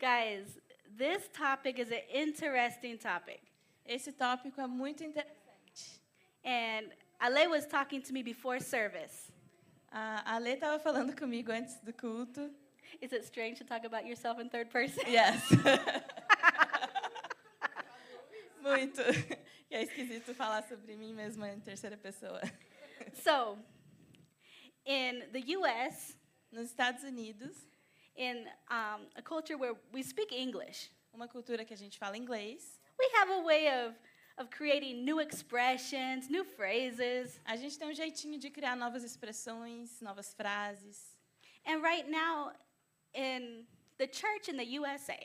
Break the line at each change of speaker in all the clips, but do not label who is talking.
Guys, this topic is an interesting topic.
Esse tópico é muito interessante.
And Ale was talking to me before service.
A Ale estava falando comigo antes do culto.
Is it strange to talk about yourself in third person?
Yes. muito. E é esquisito falar sobre mim mesma em terceira pessoa.
So, in the US,
Nos Estados Unidos,
in um, a culture where we speak English,
uma cultura que a gente fala inglês,
we have a way of, of creating new expressions, new phrases.
a gente tem um jeitinho de criar novas expressões, novas frases.
And right now, in the church in the USA,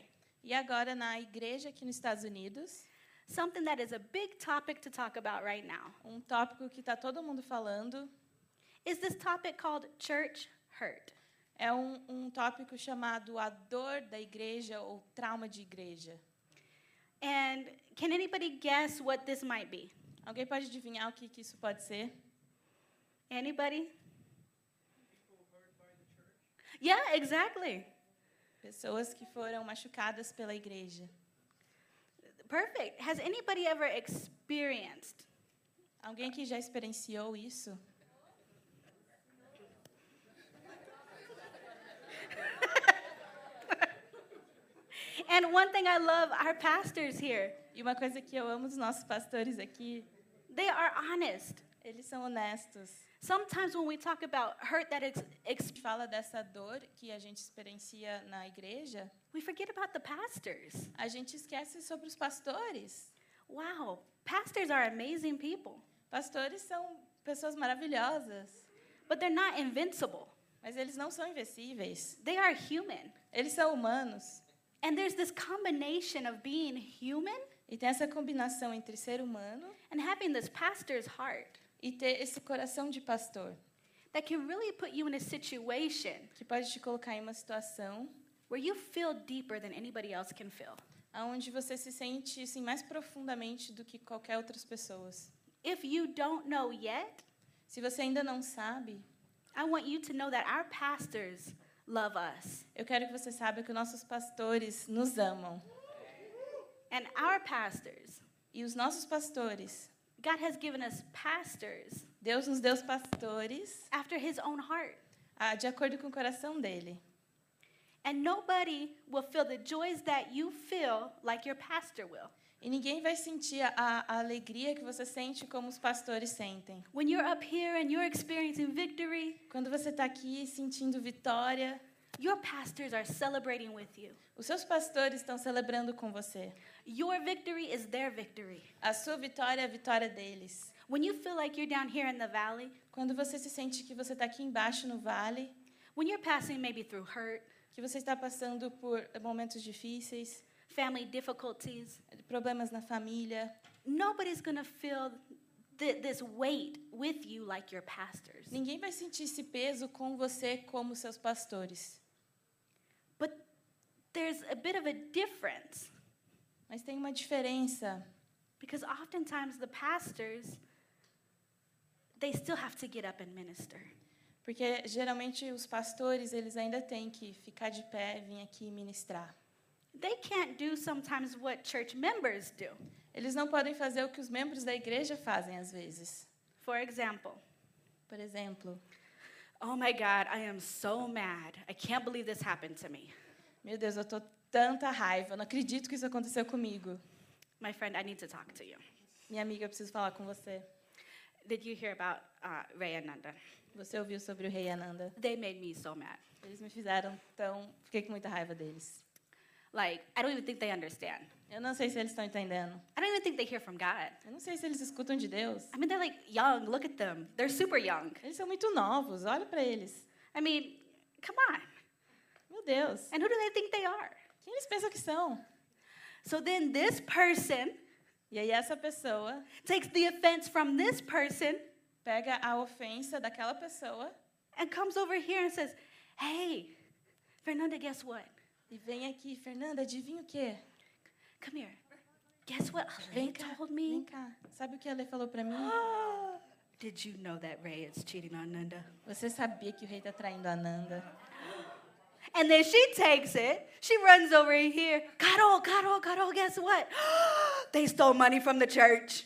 E agora na igreja aqui nos Estados Unidos,
something that is a big topic to talk about right now
um tópico que está todo mundo falando
is this topic called church hurt.
é um, um tópico chamado a dor da igreja ou trauma de igreja.
And can anybody guess what this might be?
Alguém pode adivinhar o que, que isso pode ser?
Anybody? Yeah, exactly.
Pessoas que foram machucadas pela igreja.
Perfect. Has anybody ever experienced?
Alguém que já experienciou isso?
And one thing I love our pastors here,
E uma coisa que eu amo dos nossos pastores aqui,
they are honest.
eles são honestos.
Sometimes when we talk about hurt that ex-
A
ex-
gente fala dessa dor que a gente experiencia na igreja,
we forget about the pastors.
a gente esquece sobre os pastores.
Wow, pastors are amazing people,
Pastores são pessoas maravilhosas,
but they're not invincible.
mas eles não são invencíveis.
They are human.
Eles são humanos.
And there's this combination of being human
E tem essa combinação entre ser humano
and having this pastor's heart
e ter esse coração de pastor,
that can really put you in a situation
que pode te colocar em uma situação
where you feel deeper than anybody else can feel.
onde você se sente assim, mais profundamente do que qualquer outras pessoas.
If you don't know yet,
Se você ainda não sabe,
I want you to know that our pastors love us.
eu quero que você saiba que os nossos pastores nos amam.
And our pastors,
E os nossos pastores,
God has given us pastors
Deus nos deu os pastores
after his own heart.
ah, de acordo com o coração dele.
And nobody will feel the joys that you feel like your pastor will.
E ninguém vai sentir a, a alegria que você sente como os pastores sentem.
When you're up here and you're experiencing victory,
Quando você está aqui sentindo vitória,
your pastors are celebrating with you.
os seus pastores estão celebrando com você.
Your victory is their victory.
A sua vitória é a vitória deles.
When you feel like you're down here in the valley,
Quando você se sente que você está aqui embaixo no vale,
when you're passing maybe through hurt,
que você está passando por momentos difíceis,
family difficulties,
problemas na família,
nobody's going to feel th- this weight with you like your pastors.
ninguém vai sentir esse peso com você como seus pastores.
But there's a bit of a difference
Mas tem uma diferença,
because oftentimes the pastors they still have to get up and minister.
porque geralmente os pastores, eles ainda têm que ficar de pé, vir aqui ministrar.
They can't do sometimes what church members do.
Eles não podem fazer o que os membros da igreja fazem às vezes.
For example,
Por exemplo,
oh my God, I am so mad. I can't believe this happened to me.
meu Deus, eu tô tanta raiva, eu não acredito que isso aconteceu comigo.
My friend, I need to talk to you.
Minha amiga, eu preciso falar com você.
Did you hear about uh, Ray and Nanda?
Você ouviu sobre o rei Ananda?
They made me so mad.
Eles me fizeram tão. Fiquei com muita raiva deles.
Like, I don't even think they understand.
Eu não sei se eles estão entendendo.
I don't even think they hear from God.
Eu não sei se eles escutam de Deus.
I mean, they're like young. Look at them. They're super young.
Eles são muito novos, olha para eles.
I mean, come on.
Meu Deus,
And who do they think they are?
quem eles pensam que são?
So then this person
E aí essa pessoa
takes the offense from this person
pega a ofensa daquela pessoa
and comes over here and says, Hey, Fernanda, guess what?
e vem aqui, Fernanda, adivinha o quê?
Come here. Guess what
Vem
Ray
cá,
told
vem
me?
cá. Sabe o que a Lê falou para mim?
Did you know that Ray is cheating on Nanda?
Você sabia que o rei tá traindo a Nanda?
And then she takes it. She runs over here. Carol, Carol, Carol, guess what? they stole money from the church.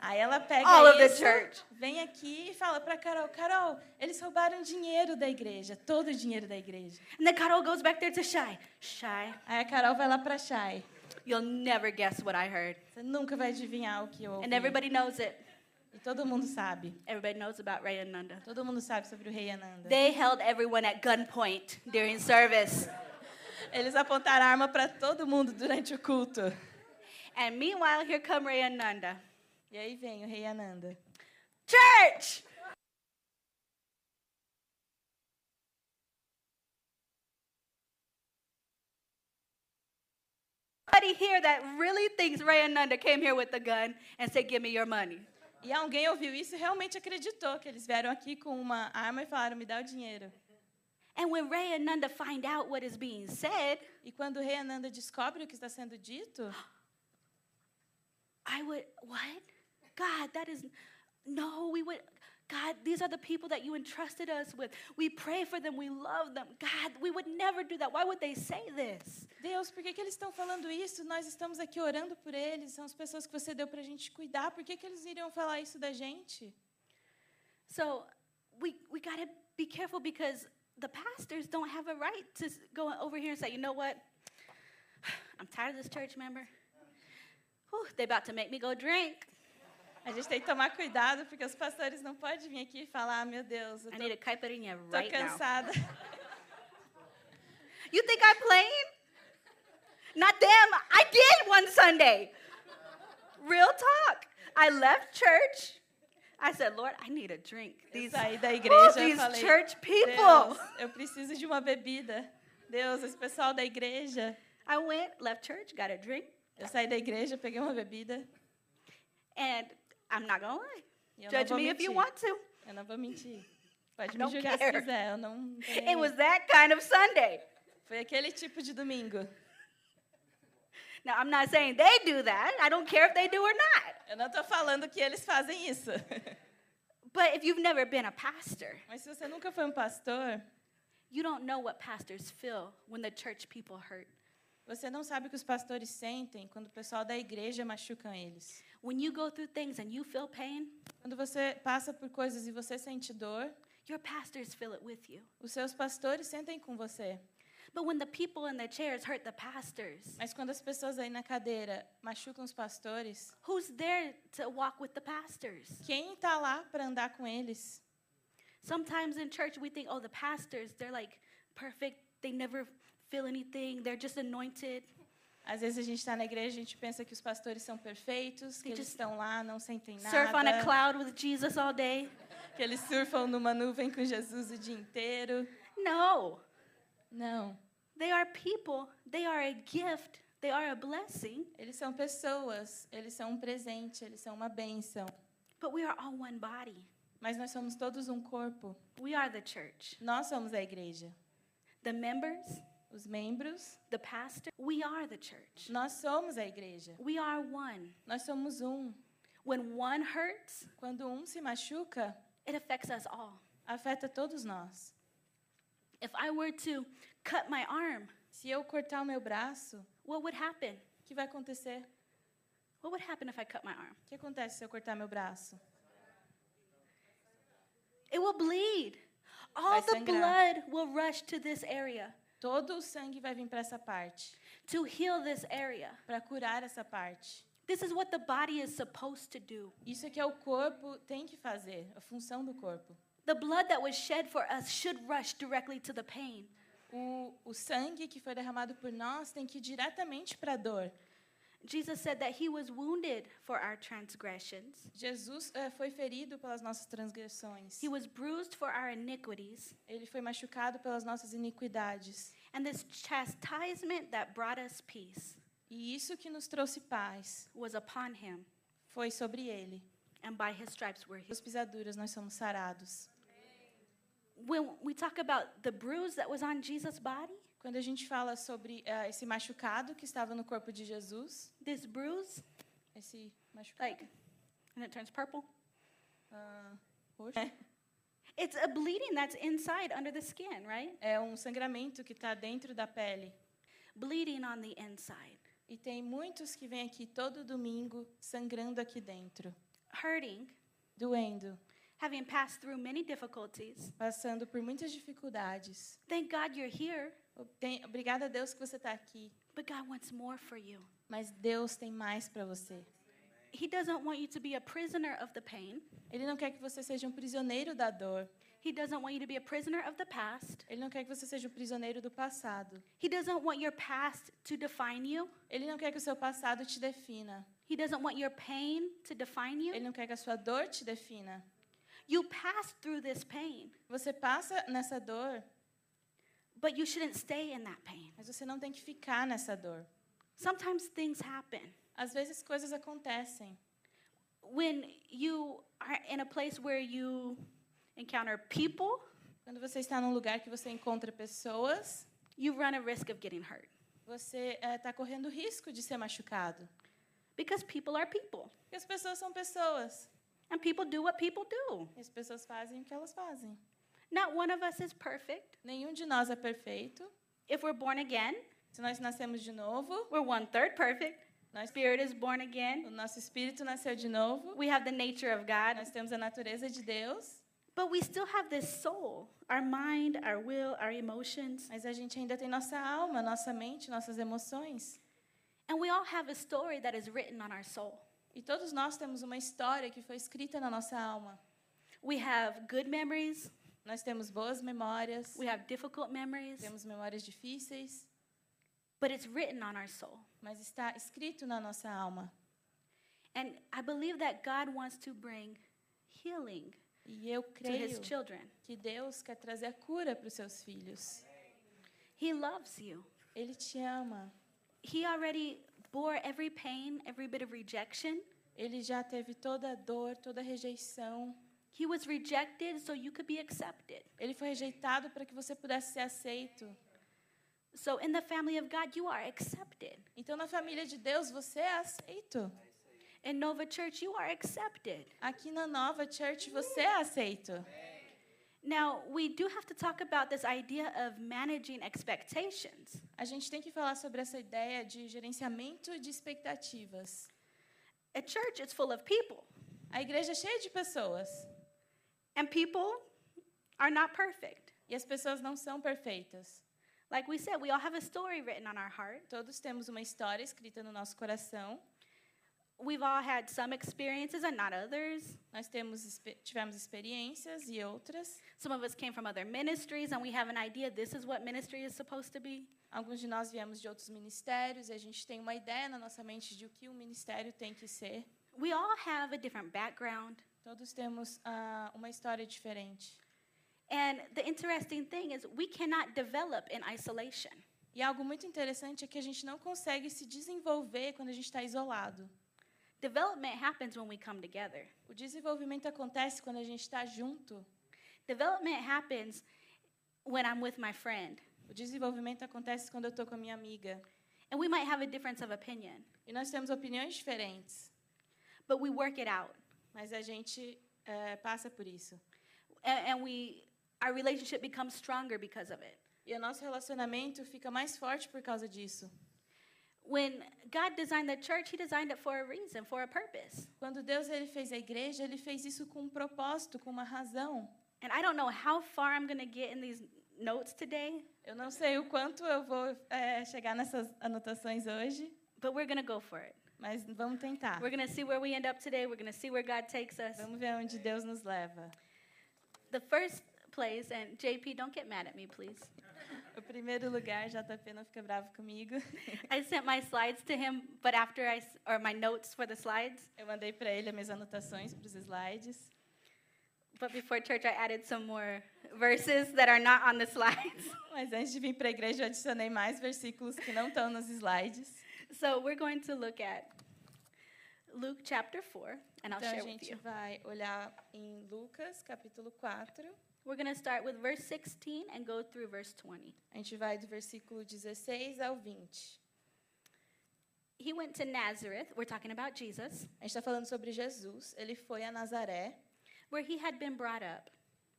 Aí ela pega
All of the
isso,
church.
vem aqui e fala para Carol, Carol, eles roubaram dinheiro da igreja, todo o dinheiro da igreja.
And then Carol goes back there to Shy. Shy,
Aí a Carol vai lá para Shai.
you'll never guess what I heard.
Você nunca vai adivinhar o que eu ouvi.
And everybody knows it.
E todo mundo sabe.
Everybody knows about Ray and Nanda.
Todo mundo sabe sobre o rei Ananda.
They held everyone at gunpoint during service.
Eles apontaram a arma para todo mundo durante o culto.
And meanwhile, here come Ray and Nanda.
E aí vem o rei Ananda.
Church! Somebody here that really thinks Ray and Nanda came here with a gun and said, Give me your money.
E alguém ouviu isso e realmente acreditou que eles vieram aqui com uma arma e falaram: "Me dá o dinheiro".
And when Ray and Nanda find out what is being said,
E quando o rei Ananda descobre o que está sendo dito,
I would, what? God, that is, no, we would, God, these are the people that you entrusted us with. We pray for them, we love them. God, we would never do that. Why would they say this?
Deus, por que, que eles estão falando isso? Nós estamos aqui orando por eles, são as pessoas que você deu para a gente cuidar, por que, que eles iriam falar isso da gente?
So we, we got to be careful because the pastors don't have a right to s- go over here and say, you know what? I'm tired of this church member. Whew, they about to make me go drink.
A gente tem que tomar cuidado, porque os pastores não podem vir aqui e falar: ah, meu Deus, eu
I
tô,
need a caipirinha
tô
right now.
cansada.
You think I'm playing? Not them. I did one Sunday. Real talk. I left church. I said, Lord, I need a drink.
Eu
These,
saí da
Ooh,
igreja e
these
falei:
church people.
Deus, eu preciso de uma bebida. Deus, esse pessoal da igreja.
I went, left church, got a drink,
Eu saí da igreja, peguei uma bebida.
and I'm not gonna lie.
E eu
Judge
não vou
me if
mentir.
you want to.
Eu não vou mentir. Pode
I
me
don't
julgar se
care.
quiser. Eu não. não tô nem aí.
It was that kind of Sunday.
Foi aquele tipo de domingo.
Now I'm not saying they do that. I don't care if they do or not.
Eu não estou falando que eles fazem isso.
But if you've never been a pastor,
Mas se você nunca foi um pastor,
you don't know what pastors feel when the church people hurt.
você não sabe o que os pastores sentem quando o pessoal da igreja machuca eles.
When you go through things and you feel pain,
Quando você passa por coisas e você sente dor,
your pastors feel it with you.
os seus pastores sentem com você.
But when the people in the chairs hurt the pastors,
Mas quando as pessoas aí na cadeira machucam os pastores,
who's there to walk with the pastors?
quem está lá para andar com eles?
Sometimes in church we think, oh, the pastors, they're like perfect. They never feel anything. They're just anointed.
Às vezes a gente está na igreja e a gente pensa que os pastores são perfeitos, que
They
eles
just
estão lá, não sentem
Surf on a
nada,
cloud with Jesus all day.
que eles surfam numa nuvem com Jesus o dia inteiro.
No,
Não.
they are people. They are a gift. They are a blessing.
Eles são pessoas, eles são um presente, eles são uma bênção.
But we are all one body.
Mas nós somos todos um corpo.
We are the church.
Nós somos a igreja.
The members,
Os membros,
the pastor, we are the church.
nós somos a igreja.
We are one.
Nós somos um.
When one hurts,
Quando um se machuca,
it affects us all.
afeta todos nós.
If I were to cut my arm,
Se eu cortar o meu braço,
what would happen?
o que vai acontecer?
What would happen if I cut my arm?
O que acontece se eu cortar meu braço?
It will bleed. All
Vai
the
sangrar.
blood will rush to this area
Todo o sangue vai vir para essa parte,
to heal this area.
para curar essa parte.
This is what the body is supposed to do.
Isso é que o corpo tem que fazer, a função do corpo.
The blood that was shed for us should rush directly to the pain.
O, o sangue que foi derramado por nós tem que ir diretamente para a dor.
Jesus said that he was wounded for our transgressions,
Jesus eh, foi ferido pelas nossas transgressões.
he was bruised for our iniquities,
Ele foi machucado pelas nossas iniquidades.
and this chastisement that brought us peace
E isso que nos trouxe paz
was upon him,
foi sobre ele.
and by his stripes were healed.
Pelas pisaduras nós somos sarados.
When we talk about the bruise that was on Jesus' body,
Quando a gente fala sobre eh, esse machucado que estava no corpo de Jesus,
this bruise,
esse machucado.
like, and it turns purple.
ah, roxo, né?
It's a bleeding that's inside under the skin, right?
É um sangramento que está dentro da pele.
Bleeding on the inside,
E tem muitos que vêm aqui todo domingo sangrando aqui dentro,
hurting,
doendo,
having passed through many difficulties.
passando por muitas dificuldades.
Thank God you're here,
Tem- Obrigada a Deus que você está aqui,
but God wants more for you.
mas Deus tem mais para você.
He doesn't want you to be a prisoner of the pain.
Ele não quer que você seja um prisioneiro da dor.
He doesn't want you to be a prisoner of the past.
Ele não quer que você seja um prisioneiro do passado.
He doesn't want your past to define you.
Ele não quer que o seu passado te defina.
He doesn't want your pain to define you.
Ele não quer que a sua dor te defina.
You passed through this pain,
Você passa nessa dor,
but you shouldn't stay in that pain.
mas você não tem que ficar nessa dor.
Sometimes things happen.
Às vezes coisas acontecem.
When you are in a place where you encounter people,
Quando você está num lugar que você encontra pessoas,
you run a risk of getting hurt
você está correndo risco de ser machucado.
because people are people
Porque as pessoas são pessoas.
and people do what people do.
E as pessoas fazem o que elas fazem.
Not one of us is perfect.
Nenhum de nós é perfeito.
If we're born again,
Se nós nascemos de novo,
we're one third perfect.
nós,
Spirit is born
o
again.
nosso espírito nasceu de novo.
We have the nature of God,
Nós temos a natureza de Deus,
but we still have this soul our mind, our will, our emotions.
mas a gente ainda tem nossa alma, nossa mente, nossas emoções.
And we all have a story that is written on our soul.
E todos nós temos uma história que foi escrita na nossa alma.
We have good memories,
Nós temos boas memórias,
we have difficult memories,
temos memórias difíceis,
but it's written on our soul.
mas está escrito na nossa alma.
And I believe that God wants to bring healing
E eu
to his
creio
children.
que Deus quer trazer a cura para os seus filhos.
He loves you.
Ele te ama.
He already bore every pain, every bit of rejection.
Ele já teve toda a dor, toda a rejeição.
He was rejected so you could be accepted.
Ele foi rejeitado para que você pudesse ser aceito.
So in the family of God, you are accepted.
Então, na família de Deus, você é aceito.
In Nova Church, you are accepted.
Aqui na Nova Church, você é aceito.
Now, we do have to talk about this idea of managing expectations.
A gente tem que falar sobre essa ideia de gerenciamento de expectativas.
A church is full of people,
A igreja é cheia de pessoas
and people are not perfect.
e as pessoas não são perfeitas.
Like we said, we all have a story written on our heart.
Todos temos uma história escrita no nosso coração.
We've all had some experiences and not others.
Nós temos espe- tivemos experiências e outras.
Some of us came from other ministries, and we have an idea this is what ministry is supposed to be.
Alguns de nós viemos de outros ministérios e a gente tem uma ideia na nossa mente de o que o ministério tem que ser.
We all have a different background.
Todos temos ah, uma história diferente.
And the interesting thing is, we cannot develop in isolation.
E algo muito interessante é que a gente não consegue se desenvolver quando a gente está isolado.
Development happens when we come together.
O desenvolvimento acontece quando a gente está junto.
Development happens when I'm with my friend,
O desenvolvimento acontece quando eu estou com a minha amiga.
and we might have a difference of opinion,
E nós temos opiniões diferentes,
but we work it out,
mas a gente eh, passa por isso.
and, and we our relationship becomes stronger because of it.
E o nosso relacionamento fica mais forte por causa disso.
When God designed the church, He designed it for a reason, for a purpose.
Quando Deus ele fez a igreja, ele fez isso com um propósito, com uma razão.
And I don't know how far I'm going to get in these notes today,
Eu não sei o quanto eu vou eh, chegar nessas anotações hoje,
but we're going to go for it.
mas vamos tentar.
We're going to see where we end up today. We're going to see where God takes us.
Vamos ver onde Deus nos leva.
The first place, and JP, don't get mad at me, please.
O primeiro lugar, JP não fica bravo comigo.
I sent my slides to him, but after I, s- or my notes for the slides,
Eu mandei para ele as minhas anotações para os slides.
but before church, I added some more verses that are not on the slides.
Mas antes de vir para a igreja, eu adicionei mais versículos que não estão nos slides.
So we're going to look at Luke chapter 4, and I'll
Então a
share with
gente
you.
vai olhar em Lucas, capítulo 4.
We're going to start with verse 16 and go through verse 20.
A gente vai do versículo 16 ao 20.
He went to Nazareth, we're talking about Jesus,
tá A gente está falando sobre Jesus. Ele foi a Nazaré,
where he had been brought up.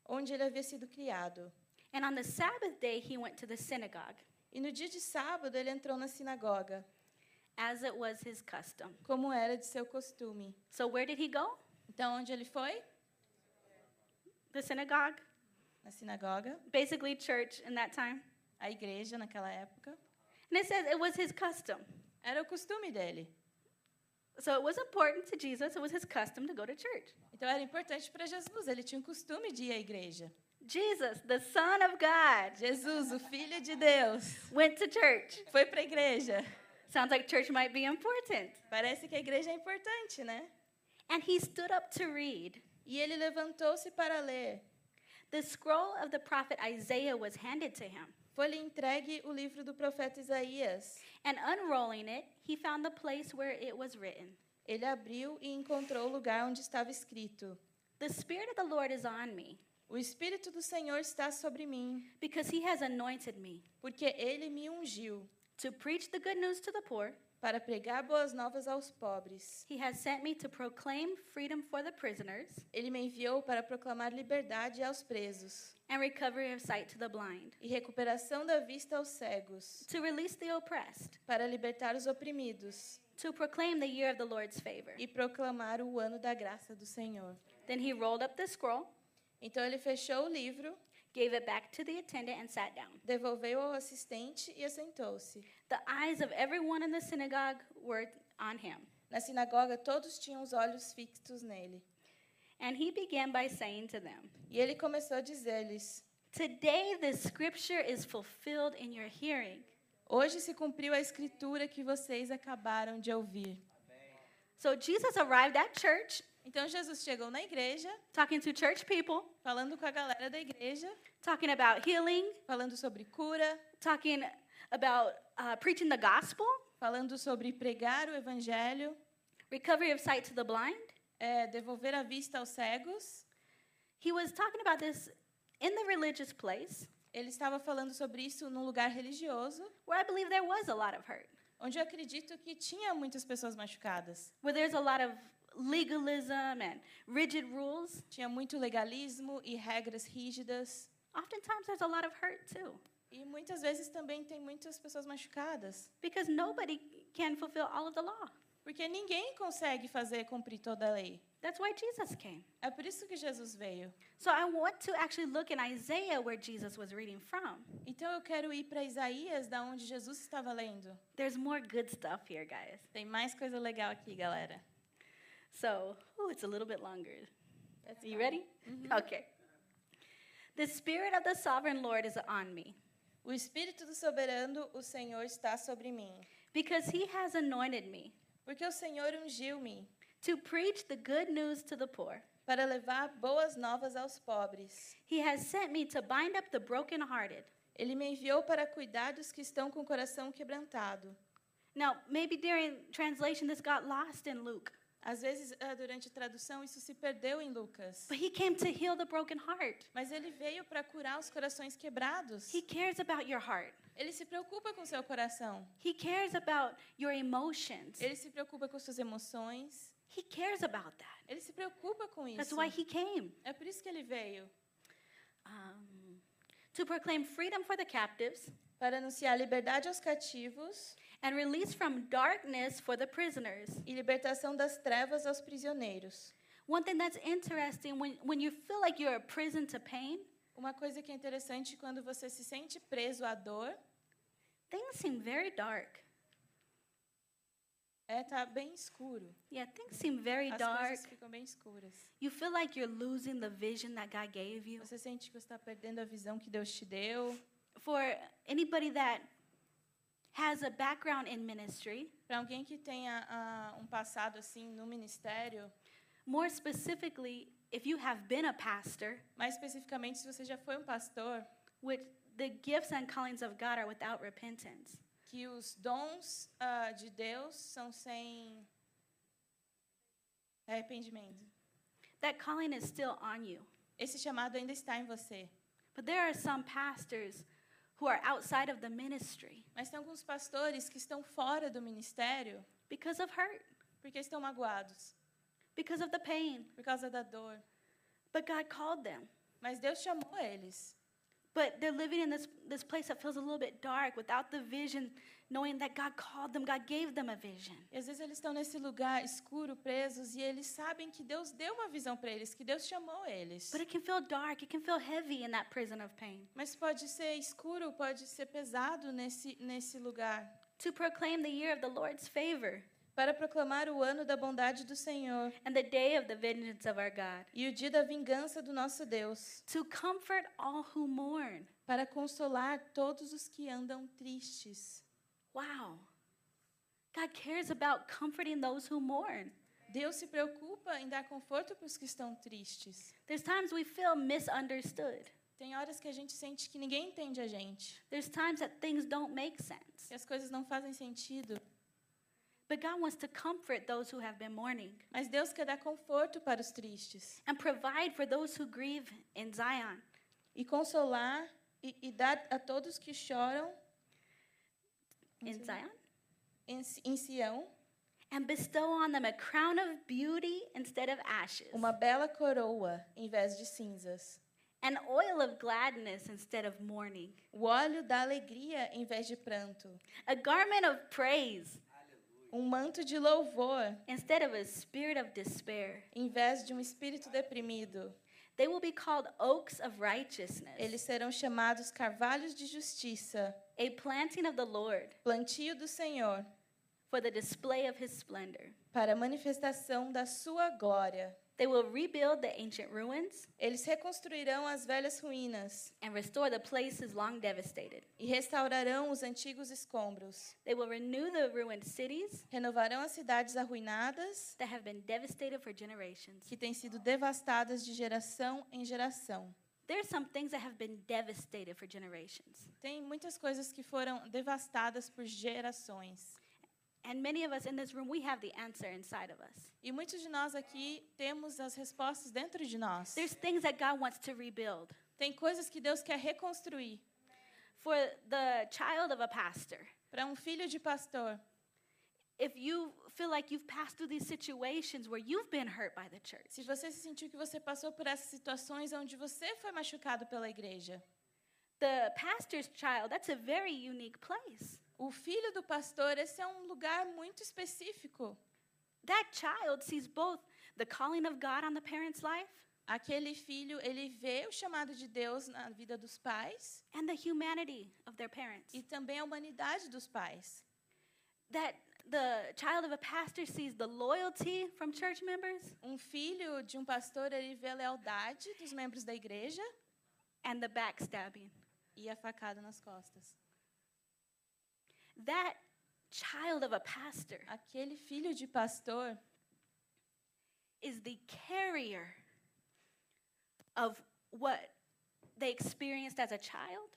onde ele havia sido criado.
And on the Sabbath day, he went to the synagogue,
E no dia de sábado ele entrou na sinagoga,
as it was his custom.
como era de seu costume.
So where did he go?
Então, onde ele foi?
The synagogue,
Na sinagoga,
basically church in that time.
a igreja naquela época.
And it says it was his custom.
Era o costume dele.
So it was important to Jesus, it was his custom to go to church.
Então era importante para Jesus, ele tinha o costume de ir à igreja.
Jesus, the Son of God,
Jesus, o filho de Deus,
went to church.
foi para a igreja.
Sounds like church might be important.
Parece que a igreja é importante, né?
And he stood up to read.
E ele levantou-se para ler.
The scroll of the prophet Isaiah was handed to him,
Foi-lhe entregue o livro do profeta Isaías.
and unrolling it, he found the place where it was written
Ele abriu e encontrou o lugar onde estava escrito:
The Spirit of the Lord is on me,
O Espírito do Senhor está sobre mim,
because he has anointed me
porque ele me ungiu
to preach the good news to the poor.
para pregar boas novas aos pobres.
He has sent me to proclaim freedom for the prisoners
Ele me enviou para proclamar liberdade aos presos
and recovery of sight to the blind,
e recuperação da vista aos cegos,
to release the oppressed,
para libertar os oprimidos
to proclaim the year of the Lord's favor.
e proclamar o ano da graça do Senhor.
Then he rolled up the scroll,
Então ele fechou o livro,
gave it back to the attendant, and sat down.
devolveu ao assistente e assentou-se.
The eyes of everyone in the synagogue were on him.
Na sinagoga, todos tinham os olhos fixos nele.
And he began by saying to them,
E ele começou a dizer-lhes:
Today this scripture is fulfilled in your hearing.
Hoje se cumpriu a escritura que vocês acabaram de ouvir.
So Jesus arrived at church,
Então Jesus chegou na igreja,
talking to church people,
falando com a galera da igreja,
talking about healing,
falando sobre cura,
talking about uh, preaching the gospel,
falando sobre pregar o evangelho,
recovery of sight to the blind.
é, devolver a vista aos cegos.
He was talking about this in the religious place
Ele estava falando sobre isso num lugar religioso,
where I believe there was a lot of hurt,
onde eu acredito que tinha muitas pessoas machucadas.
where there's a lot of legalism and rigid rules.
Tinha muito legalismo e regras rígidas.
Oftentimes there's a lot of hurt too,
E muitas vezes também tem muitas pessoas machucadas,
because nobody can fulfill all of the law.
porque ninguém consegue fazer cumprir toda a lei.
That's why Jesus came.
É por isso que Jesus veio.
So I want to actually look in Isaiah where Jesus was reading from.
Então eu quero ir para Isaías, da onde Jesus estava lendo.
There's more good stuff here, guys.
Tem mais coisa legal aqui, galera.
So, oh, it's a little bit longer. Are you ready? Okay. The Spirit of the Sovereign Lord is on me
O Espírito do Soberano, o Senhor está sobre mim,
because he has anointed me
porque o Senhor ungiu-me
to preach the good news to the poor.
para levar boas novas aos pobres.
He has sent me to bind up the brokenhearted.
Ele me enviou para cuidar dos que estão com o coração quebrantado.
Now, maybe during translation, this got lost in Luke,
Às vezes, ah, durante a tradução, isso se perdeu em Lucas.
but he came to heal the broken heart.
Mas ele veio para curar os corações quebrados.
He cares about your heart,
Ele se preocupa com seu coração.
he cares about your emotions.
Ele se preocupa com suas emoções.
He cares about that.
Ele se preocupa com
That's
isso.
why he came
É por isso que ele veio
um, to proclaim freedom for the captives
para anunciar liberdade aos cativos
and release from darkness for the prisoners.
e libertação das trevas aos prisioneiros.
One thing that's interesting when, when you feel like you're a prison to pain,
Uma coisa que é interessante quando você se sente preso à dor,
things seem very dark.
é tá bem escuro.
Yeah, things seem very
As
dark.
coisas ficam bem escuras.
You feel like you're losing the vision that God gave you.
Você sente que você está perdendo a visão que Deus te deu.
For anybody that has a background in ministry,
Para alguém que tenha ah, um passado assim no ministério,
more specifically, if you have been a pastor,
mais especificamente se você já foi um pastor,
which the gifts and callings of God are without repentance.
que os dons ah, de Deus são sem arrependimento.
That calling is still on you.
Esse chamado ainda está em você.
But there are some pastors who are outside of the ministry
Mas tem alguns pastores que estão fora do ministério
because of hurt,
porque estão magoados
because of the pain.
por causa da dor.
But God called them.
Mas Deus chamou eles.
But they're living in this, this place that feels a little bit dark without the vision, knowing that God called them, God gave them a vision.
E às vezes eles estão nesse lugar escuro, presos, e eles sabem que Deus deu uma visão para eles, que Deus chamou eles.
But it can feel dark, it can feel heavy in that prison of pain.
Mas pode ser escuro, pode ser pesado nesse, nesse lugar.
To proclaim the year of the Lord's favor
Para proclamar o ano da bondade do Senhor
and the day of the vengeance of our God.
e o dia da vingança do nosso Deus.
To comfort all who mourn.
Para consolar todos os que andam tristes.
Wow. God cares about comforting those who mourn.
Deus se preocupa em dar conforto para os que estão tristes.
There's times we feel misunderstood.
Tem horas que a gente sente que ninguém entende a gente,
There's times that things don't make sense.
que as coisas não fazem sentido,
But God wants to comfort those who have been mourning
mas Deus quer dar conforto para os tristes
and provide for those who grieve in Zion.
e consolar e, e dar a todos que choram
In Zion?
em, Si- em Sião
And bestow on them a crown of beauty instead of ashes,
uma bela coroa em vez de cinzas,
an oil of gladness instead of mourning,
o óleo da alegria em vez de pranto,
a garment of praise
um manto de louvor
instead of a spirit of despair.
em vez de um espírito deprimido.
They will be called oaks of righteousness,
Eles serão chamados carvalhos de justiça,
a planting of the Lord
plantio do Senhor,
for the display of his splendor.
para a manifestação da sua glória.
They will rebuild the ancient ruins
Eles reconstruirão as velhas ruínas
and restore the places long devastated.
e restaurarão os antigos escombros.
They will renew the ruined cities
Renovarão as cidades arruinadas
that have been devastated for generations.
que têm sido devastadas de geração em geração.
There's some things that have been devastated for generations.
Tem muitas coisas que foram devastadas por gerações.
And many of us in this room, we have the answer inside of us.
E muitos de nós aqui temos as respostas dentro de nós.
There's things that God wants to rebuild.
Tem coisas que Deus quer reconstruir.
For the child of a pastor,
Para um filho de pastor,
if you feel like you've passed through these situations where you've been hurt by the church,
se você se sentiu que você passou por essas situações onde você foi machucado pela igreja,
the pastor's child, that's a very unique place.
O filho do pastor, esse é um lugar muito específico.
That child sees both the calling of God on the parent's life
Aquele filho, ele vê o chamado de Deus na vida dos pais
and the humanity of their parents.
e também a humanidade dos pais.
That the child of a pastor sees the loyalty from church members
Um filho de um pastor, ele vê a lealdade dos membros da igreja
and the backstabbing.
e a facada nas costas.
That child of a pastor
Aquele filho de pastor,
is the carrier of what they experienced as a child,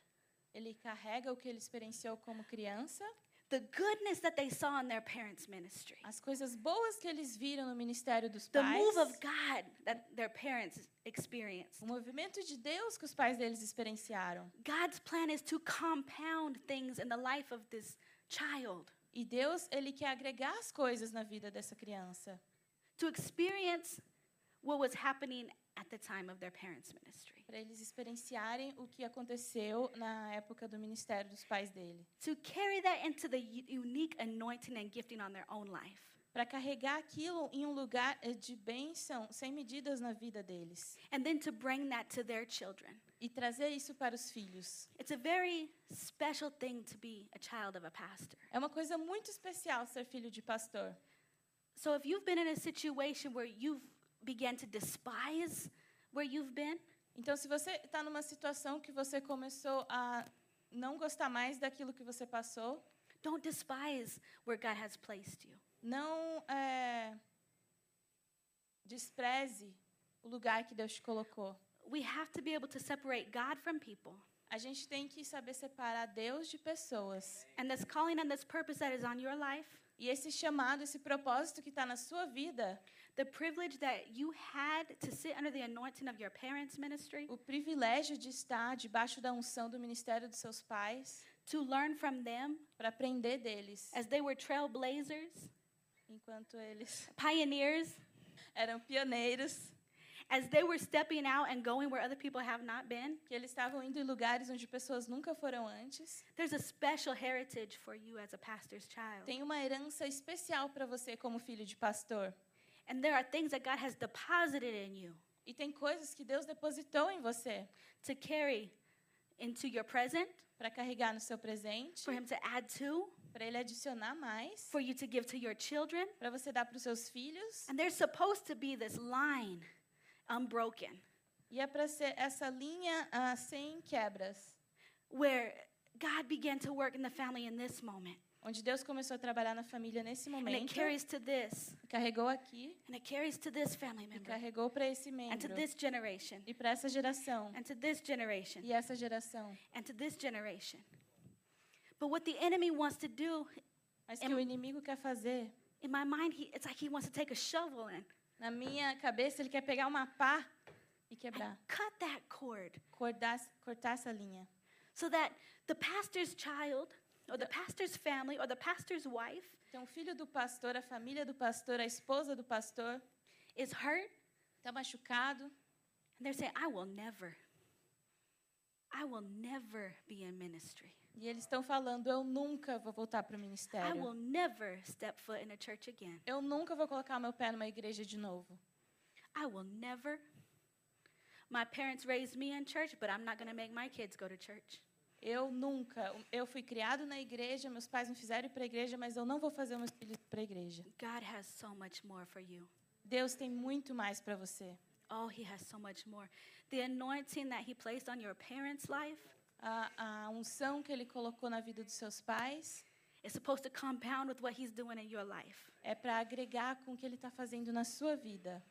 ele carrega o que ele experienciou como criança,
the goodness that they saw in their parents' ministry,
as coisas boas que eles viram no ministério dos
the
pais,
move of God that their parents experienced.
o movimento de Deus que os pais deles experienciaram.
God's plan is to compound things in the life of this child,
E Deus, ele quer agregar as coisas na vida dessa criança,
to experience what was happening at the time of their parents' ministry,
para eles experienciarem o que aconteceu na época do ministério dos pais dele,
to carry that into the u- unique anointing and gifting on their own life.
para carregar aquilo em um lugar eh, de bênção sem medidas na vida deles
And then to bring that to their children.
e trazer isso para os filhos.
It's a very special thing to be a child of a pastor.
É uma coisa muito especial ser filho de pastor.
So if you've been in a situation where you've began to despise where you've been,
Então, se você está numa situação que você começou a não gostar mais daquilo que você passou,
don't despise where God has placed you.
não eh, despreze o lugar que Deus te colocou.
We have to be able to separate God from people.
A gente tem que saber separar Deus de pessoas.
And this calling and this purpose that is on your life,
E esse chamado, esse propósito que está na sua vida,
the privilege that you had to sit under the anointing of your parents' ministry,
o privilégio de estar debaixo da unção do ministério dos seus pais,
to learn from them
para aprender deles,
as they were trailblazers,
enquanto eles
pioneers,
eram pioneiros,
as they were stepping out and going where other people have not been,
que eles estavam indo em lugares onde pessoas nunca foram antes.
there's a special heritage for you as a pastor's child.
Tem uma herança especial para você como filho de pastor.
And there are things that God has deposited in you
E tem coisas que Deus depositou em você
to carry into your present,
para carregar no seu presente,
for Him to add to,
para ele adicionar mais,
for you to give to your children.
para você dar para os seus filhos.
And there's supposed to be this line unbroken
E é para ser essa linha ah, sem quebras,
where God began to work in the family in this moment.
onde Deus começou a trabalhar na família nesse
And it
momento,
carries to this,
carregou aqui
and it carries to this family
e
member,
É carregou para esse
and to
membro
this generation,
e para essa geração
and to this generation,
e essa geração.
and to this generation. But what the enemy wants to do,
Mas que o inimigo quer fazer,
in my mind, he, it's like he wants to take a shovel and,
na minha cabeça, ele quer pegar uma pá e
and
quebrar,
cut that cord
cortar, cortar essa linha,
so that the pastor's child, or the pastor's family, or the pastor's wife
Então, o filho do pastor, a família do pastor, a esposa do pastor
is hurt,
está machucado.
and they're saying, I will never, I will never be in ministry.
E eles estão falando: eu nunca vou voltar para o
I
ministério.
will never step foot in a church again.
Eu nunca vou colocar meu pé numa igreja de novo.
I will never. My parents raised me in church, but I'm not going to make my kids go to church.
Eu nunca. Eu fui criado na igreja, meus pais me fizeram ir para a igreja, mas eu não vou fazer meus filhos para a igreja.
God has so much more for you.
Deus tem muito mais para você.
Oh, He has so much more. The anointing that He placed on your parents' life
A, a unção que ele colocou na vida dos seus pais
is supposed to compound with what He's doing in your life.
é para agregar com o que ele está fazendo na sua vida.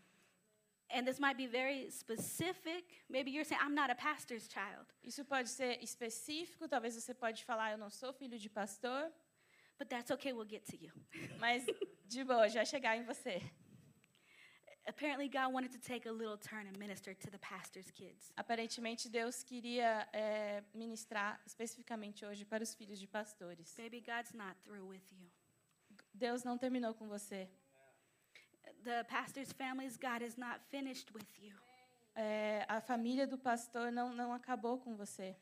And this might be very specific. Maybe you're saying, I'm not a pastor's child.
Isso pode ser específico, talvez você pode falar, eu não sou filho de pastor,
But that's okay, we'll get to you.
Mas de boa, já chegar em você.
Apparently, God wanted to take a little turn and minister to the pastor's kids.
Aparentemente Deus queria eh, ministrar especificamente hoje para os filhos de pastores.
Baby, God's not through with you.
Deus não terminou com você.
The pastor's families, God is not finished with you.
Eh, a família do pastor não não acabou com você.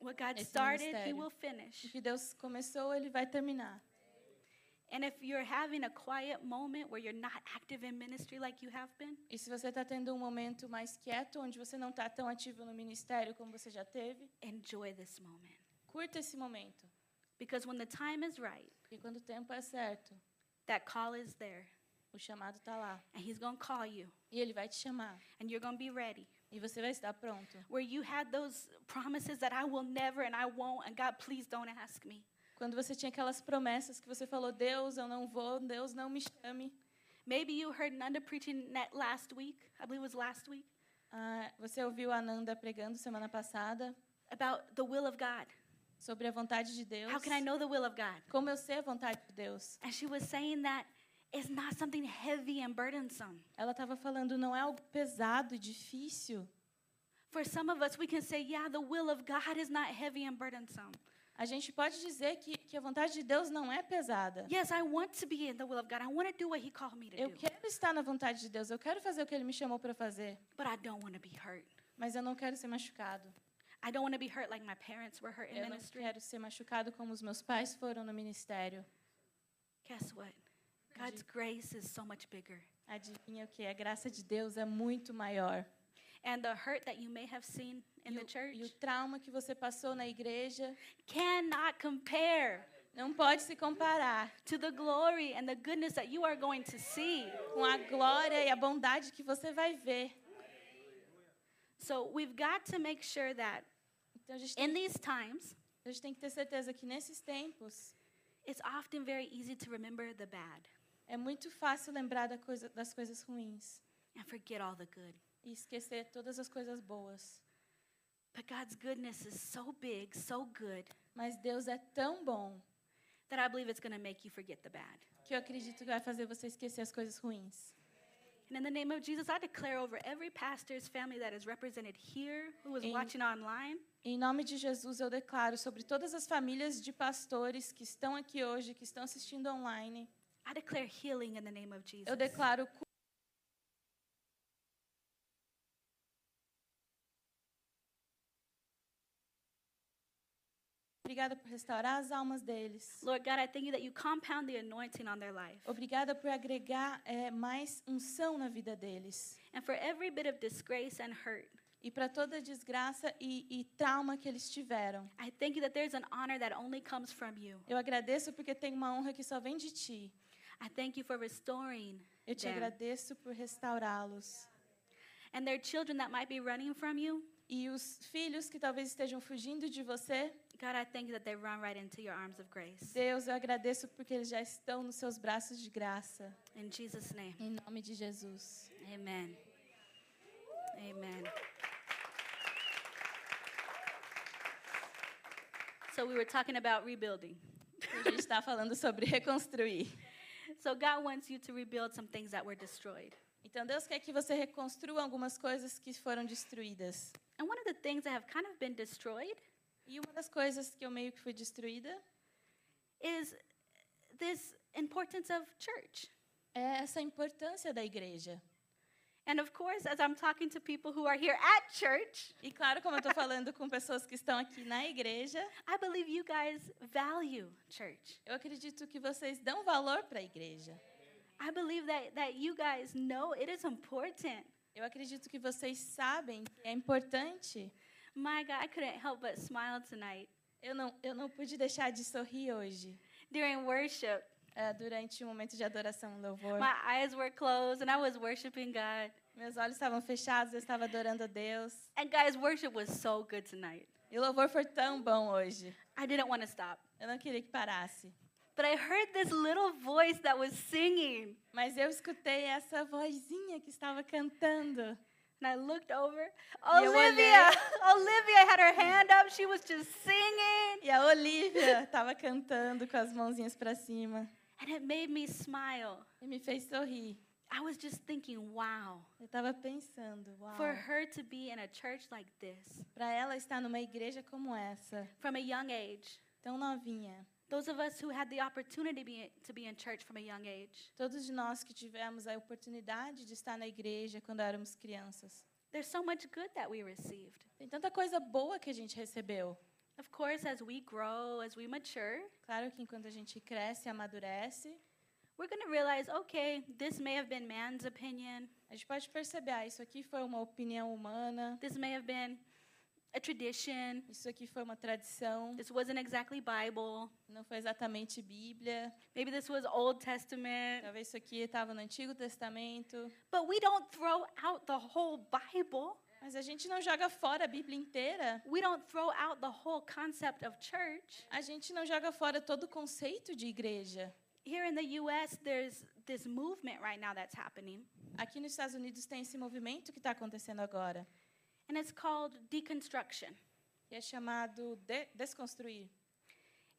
What God
Esse
started, He
ministério.
will
O
finish.
que Deus começou, Ele vai terminar.
And if you're having a quiet moment where you're not active in ministry like you have been,
E se você está tendo um momento mais quieto, onde você não está tão ativo no ministério como você já teve,
enjoy this moment.
curta esse momento,
Because when the time is right,
porque quando o tempo é certo,
that call is there,
o chamado está lá
and He's going to call you,
e Ele vai te chamar
and you're going to be ready.
e você vai estar pronto.
Where you had those promises that I will never and I won't, and God, please don't ask me.
Quando você tinha aquelas promessas que você falou, Deus, eu não vou, Deus, não me chame.
Maybe you heard Nanda preaching that last week, I believe it was last week,
Ah, você ouviu a Ananda pregando semana passada
about the will of God.
sobre a vontade de Deus.
How can I know the will of God?
Como eu sei a vontade de Deus?
And she was saying that it's not something heavy and burdensome.
Ela estava falando, não é algo pesado e difícil.
For some of us, we can say, yeah, the will of God is not heavy and burdensome.
A gente pode dizer que, que a vontade de Deus não é pesada.
Yes, I want to be in the will of God. I want to do what He called me to
Eu
do.
quero estar na vontade de Deus, eu quero fazer o que Ele me chamou para fazer,
But I don't want to be hurt.
mas eu não quero ser machucado.
I don't want to be hurt like my parents were hurt in
Eu não
ministry.
quero ser machucado como os meus pais foram no ministério.
Guess what? God's grace is so much bigger.
Adivinha o que? A graça de Deus é muito maior.
And the hurt that you may have seen in
e,
the
o, e o
church
trauma que você passou na igreja
cannot compare
não pode se comparar
to the glory and the goodness that you are going to see.
com a glória e a bondade que você vai ver.
So we've got to make sure that
Então a gente, tem,
in these times,
a gente tem que ter certeza que nesses tempos
it's often very easy to remember the bad
é muito fácil lembrar da coisa, das coisas ruins
and forget all the good.
e esquecer todas as coisas boas.
But God's goodness is so big, so good,
Mas Deus é tão bom
that I believe it's going to make you forget the bad.
que eu acredito que vai fazer você esquecer as coisas ruins.
And in the name of Jesus, I declare over every pastor's family that is represented here, who is
Em-
watching online,
Em nome de Jesus, eu declaro sobre todas as famílias de pastores que estão aqui hoje, que estão assistindo online,
I declare healing in the name of Jesus.
eu declaro Obrigada por restaurar as almas deles.
Lord God, I thank you that you compound the anointing on their life.
Obrigada por agregar eh, mais unção na vida deles.
And for every bit of disgrace and hurt,
E para toda desgraça e, e trauma que eles tiveram.
I thank you that there's an honor that only comes from you.
Eu agradeço porque tem uma honra que só vem de ti.
I thank you for restoring
Eu te
them.
agradeço por restaurá-los.
and their children that might be running from you.
E os filhos que talvez estejam fugindo de você,
God, I thank you that they run right into your arms of grace.
Deus, eu agradeço porque eles já estão nos seus braços de graça.
In Jesus' name,
Em nome de Jesus.
amen. Amen. So, we were talking about rebuilding.
A gente está falando sobre reconstruir.
So, God wants you to rebuild some things that were destroyed.
Então Deus quer que você reconstrua algumas coisas que foram destruídas.
And one of the things that have kind of been destroyed
E uma das coisas que eu meio que fui destruída
is this importance of church.
é essa importância da igreja.
And of course, as I'm talking to people who are here at church,
E claro, como eu estou falando com pessoas que estão aqui na igreja,
I believe you guys value church.
eu acredito que vocês dão valor para a igreja.
I believe that, that you guys know it is important.
Eu acredito que vocês sabem que é importante.
My God, I couldn't help but smile tonight
Eu não, eu não pude deixar de sorrir hoje.
during worship.
eh, durante o momento de adoração e louvor,
My eyes were closed and I was worshiping God.
meus olhos estavam fechados, eu estava adorando a Deus.
And guys, worship was so good tonight.
E o louvor foi tão bom hoje.
I didn't want to stop.
Eu não queria que parasse.
But I heard this little voice that was singing.
Mas eu escutei essa vozinha que estava cantando.
And I looked over.
You were
Olivia! Olivia had her hand up. She was just singing.
E a Olivia estava cantando com as mãozinhas para cima.
And it made me smile.
E me fez sorrir.
I was just thinking, wow,
Eu estava pensando, uau,
for her to be in a church like this
para ela estar numa igreja como essa,
from a young age.
tão novinha.
Those of us who had the opportunity be, to be in church from a young age,
Todos de nós que tivemos a oportunidade de estar na igreja quando éramos crianças.
there's so much good that we received.
Tem tanta coisa boa que a gente recebeu.
Of course, as we grow, as we mature,
Claro que enquanto a gente cresce e amadurece,
we're going to realize okay, this may have been man's opinion,
a gente pode perceber, ah, isso aqui foi uma opinião humana,
this may have been a tradition,
isso aqui foi uma tradição,
this wasn't exactly Bible,
não foi exatamente Bíblia,
maybe this was Old Testament.
talvez isso aqui estava no Antigo Testamento.
But we don't throw out the whole Bible,
Mas a gente não joga fora a Bíblia inteira,
we don't throw out the whole concept of church.
a gente não joga fora todo o conceito de igreja.
Here in the US, there's this movement right now that's happening,
Aqui nos Estados Unidos tem esse movimento que está acontecendo agora,
and it's called deconstruction.
que é chamado de desconstruir.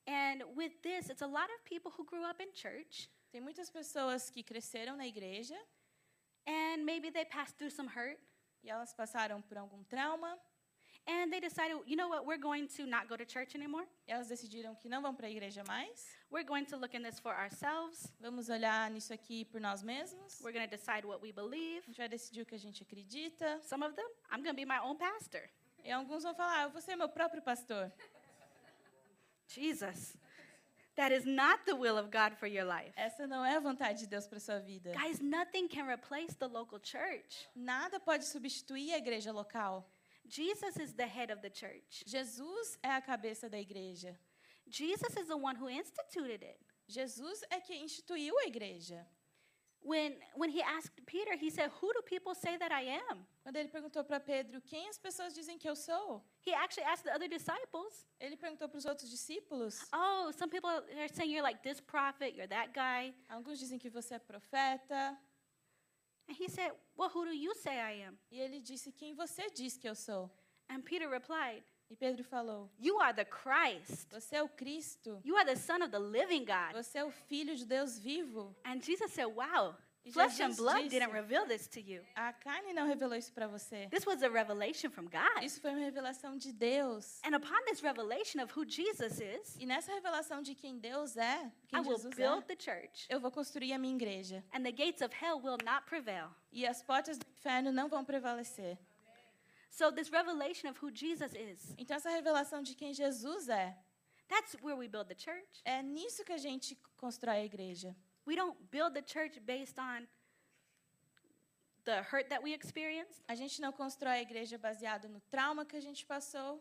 And with this, it's a lot of people who grew up in church,
Tem muitas pessoas que cresceram na igreja
and maybe they passed through some hurt,
e elas passaram por algum trauma,
and they decided, you know what, we're going to not go to church anymore.
e elas decidiram que não vão para a igreja mais.
We're going to look in this for ourselves.
Vamos olhar nisso aqui por nós mesmos.
We're going to decide what we believe.
A gente vai decidir o que a gente acredita.
Some of them, I'm going to be my own pastor.
E alguns vão falar: ah, eu vou ser meu próprio pastor.
Jesus. That is not the will of God for your life.
Essa não é a vontade de Deus para sua vida.
Guys, nothing can replace the local church.
Nada pode substituir a igreja local.
Jesus is the head of the church.
Jesus é a cabeça da igreja.
Jesus is the one who instituted it.
Jesus é que instituiu a igreja.
When, when he asked Peter, he said, Who do people say that I am?
Quando ele perguntou para Pedro quem as pessoas dizem que eu sou,
He actually asked the other disciples,
ele perguntou para os outros discípulos.
Oh, some people are saying you're like this prophet, you're that guy.
Alguns dizem que você é profeta.
And he said, Well, who do you say I am?
E ele disse: Quem você diz que eu sou?
And Peter replied,
E Pedro falou:
You are the Christ.
Você é o Cristo.
You are the Son of the living God.
Você é o filho de Deus vivo.
And Jesus said, Wow,
E
flesh and
Jesus
blood
disse-
didn't reveal this to you.
A carne não revelou isso para você.
This was a revelation from God.
Isso foi uma revelação de Deus.
And upon this revelation of who Jesus is,
E nessa revelação de quem Deus é,
I
quem
will
Jesus
build
é,
the church,
eu vou construir a minha igreja.
and the gates of hell will not prevail.
E as portas do inferno não vão prevalecer.
So, this revelation of who Jesus is,
Então, essa revelação de quem Jesus é,
That's where we build the church.
É nisso que a gente constrói a igreja.
We don't build the church based on the hurt that we experienced.
A gente não constrói a igreja baseado no trauma que a gente passou.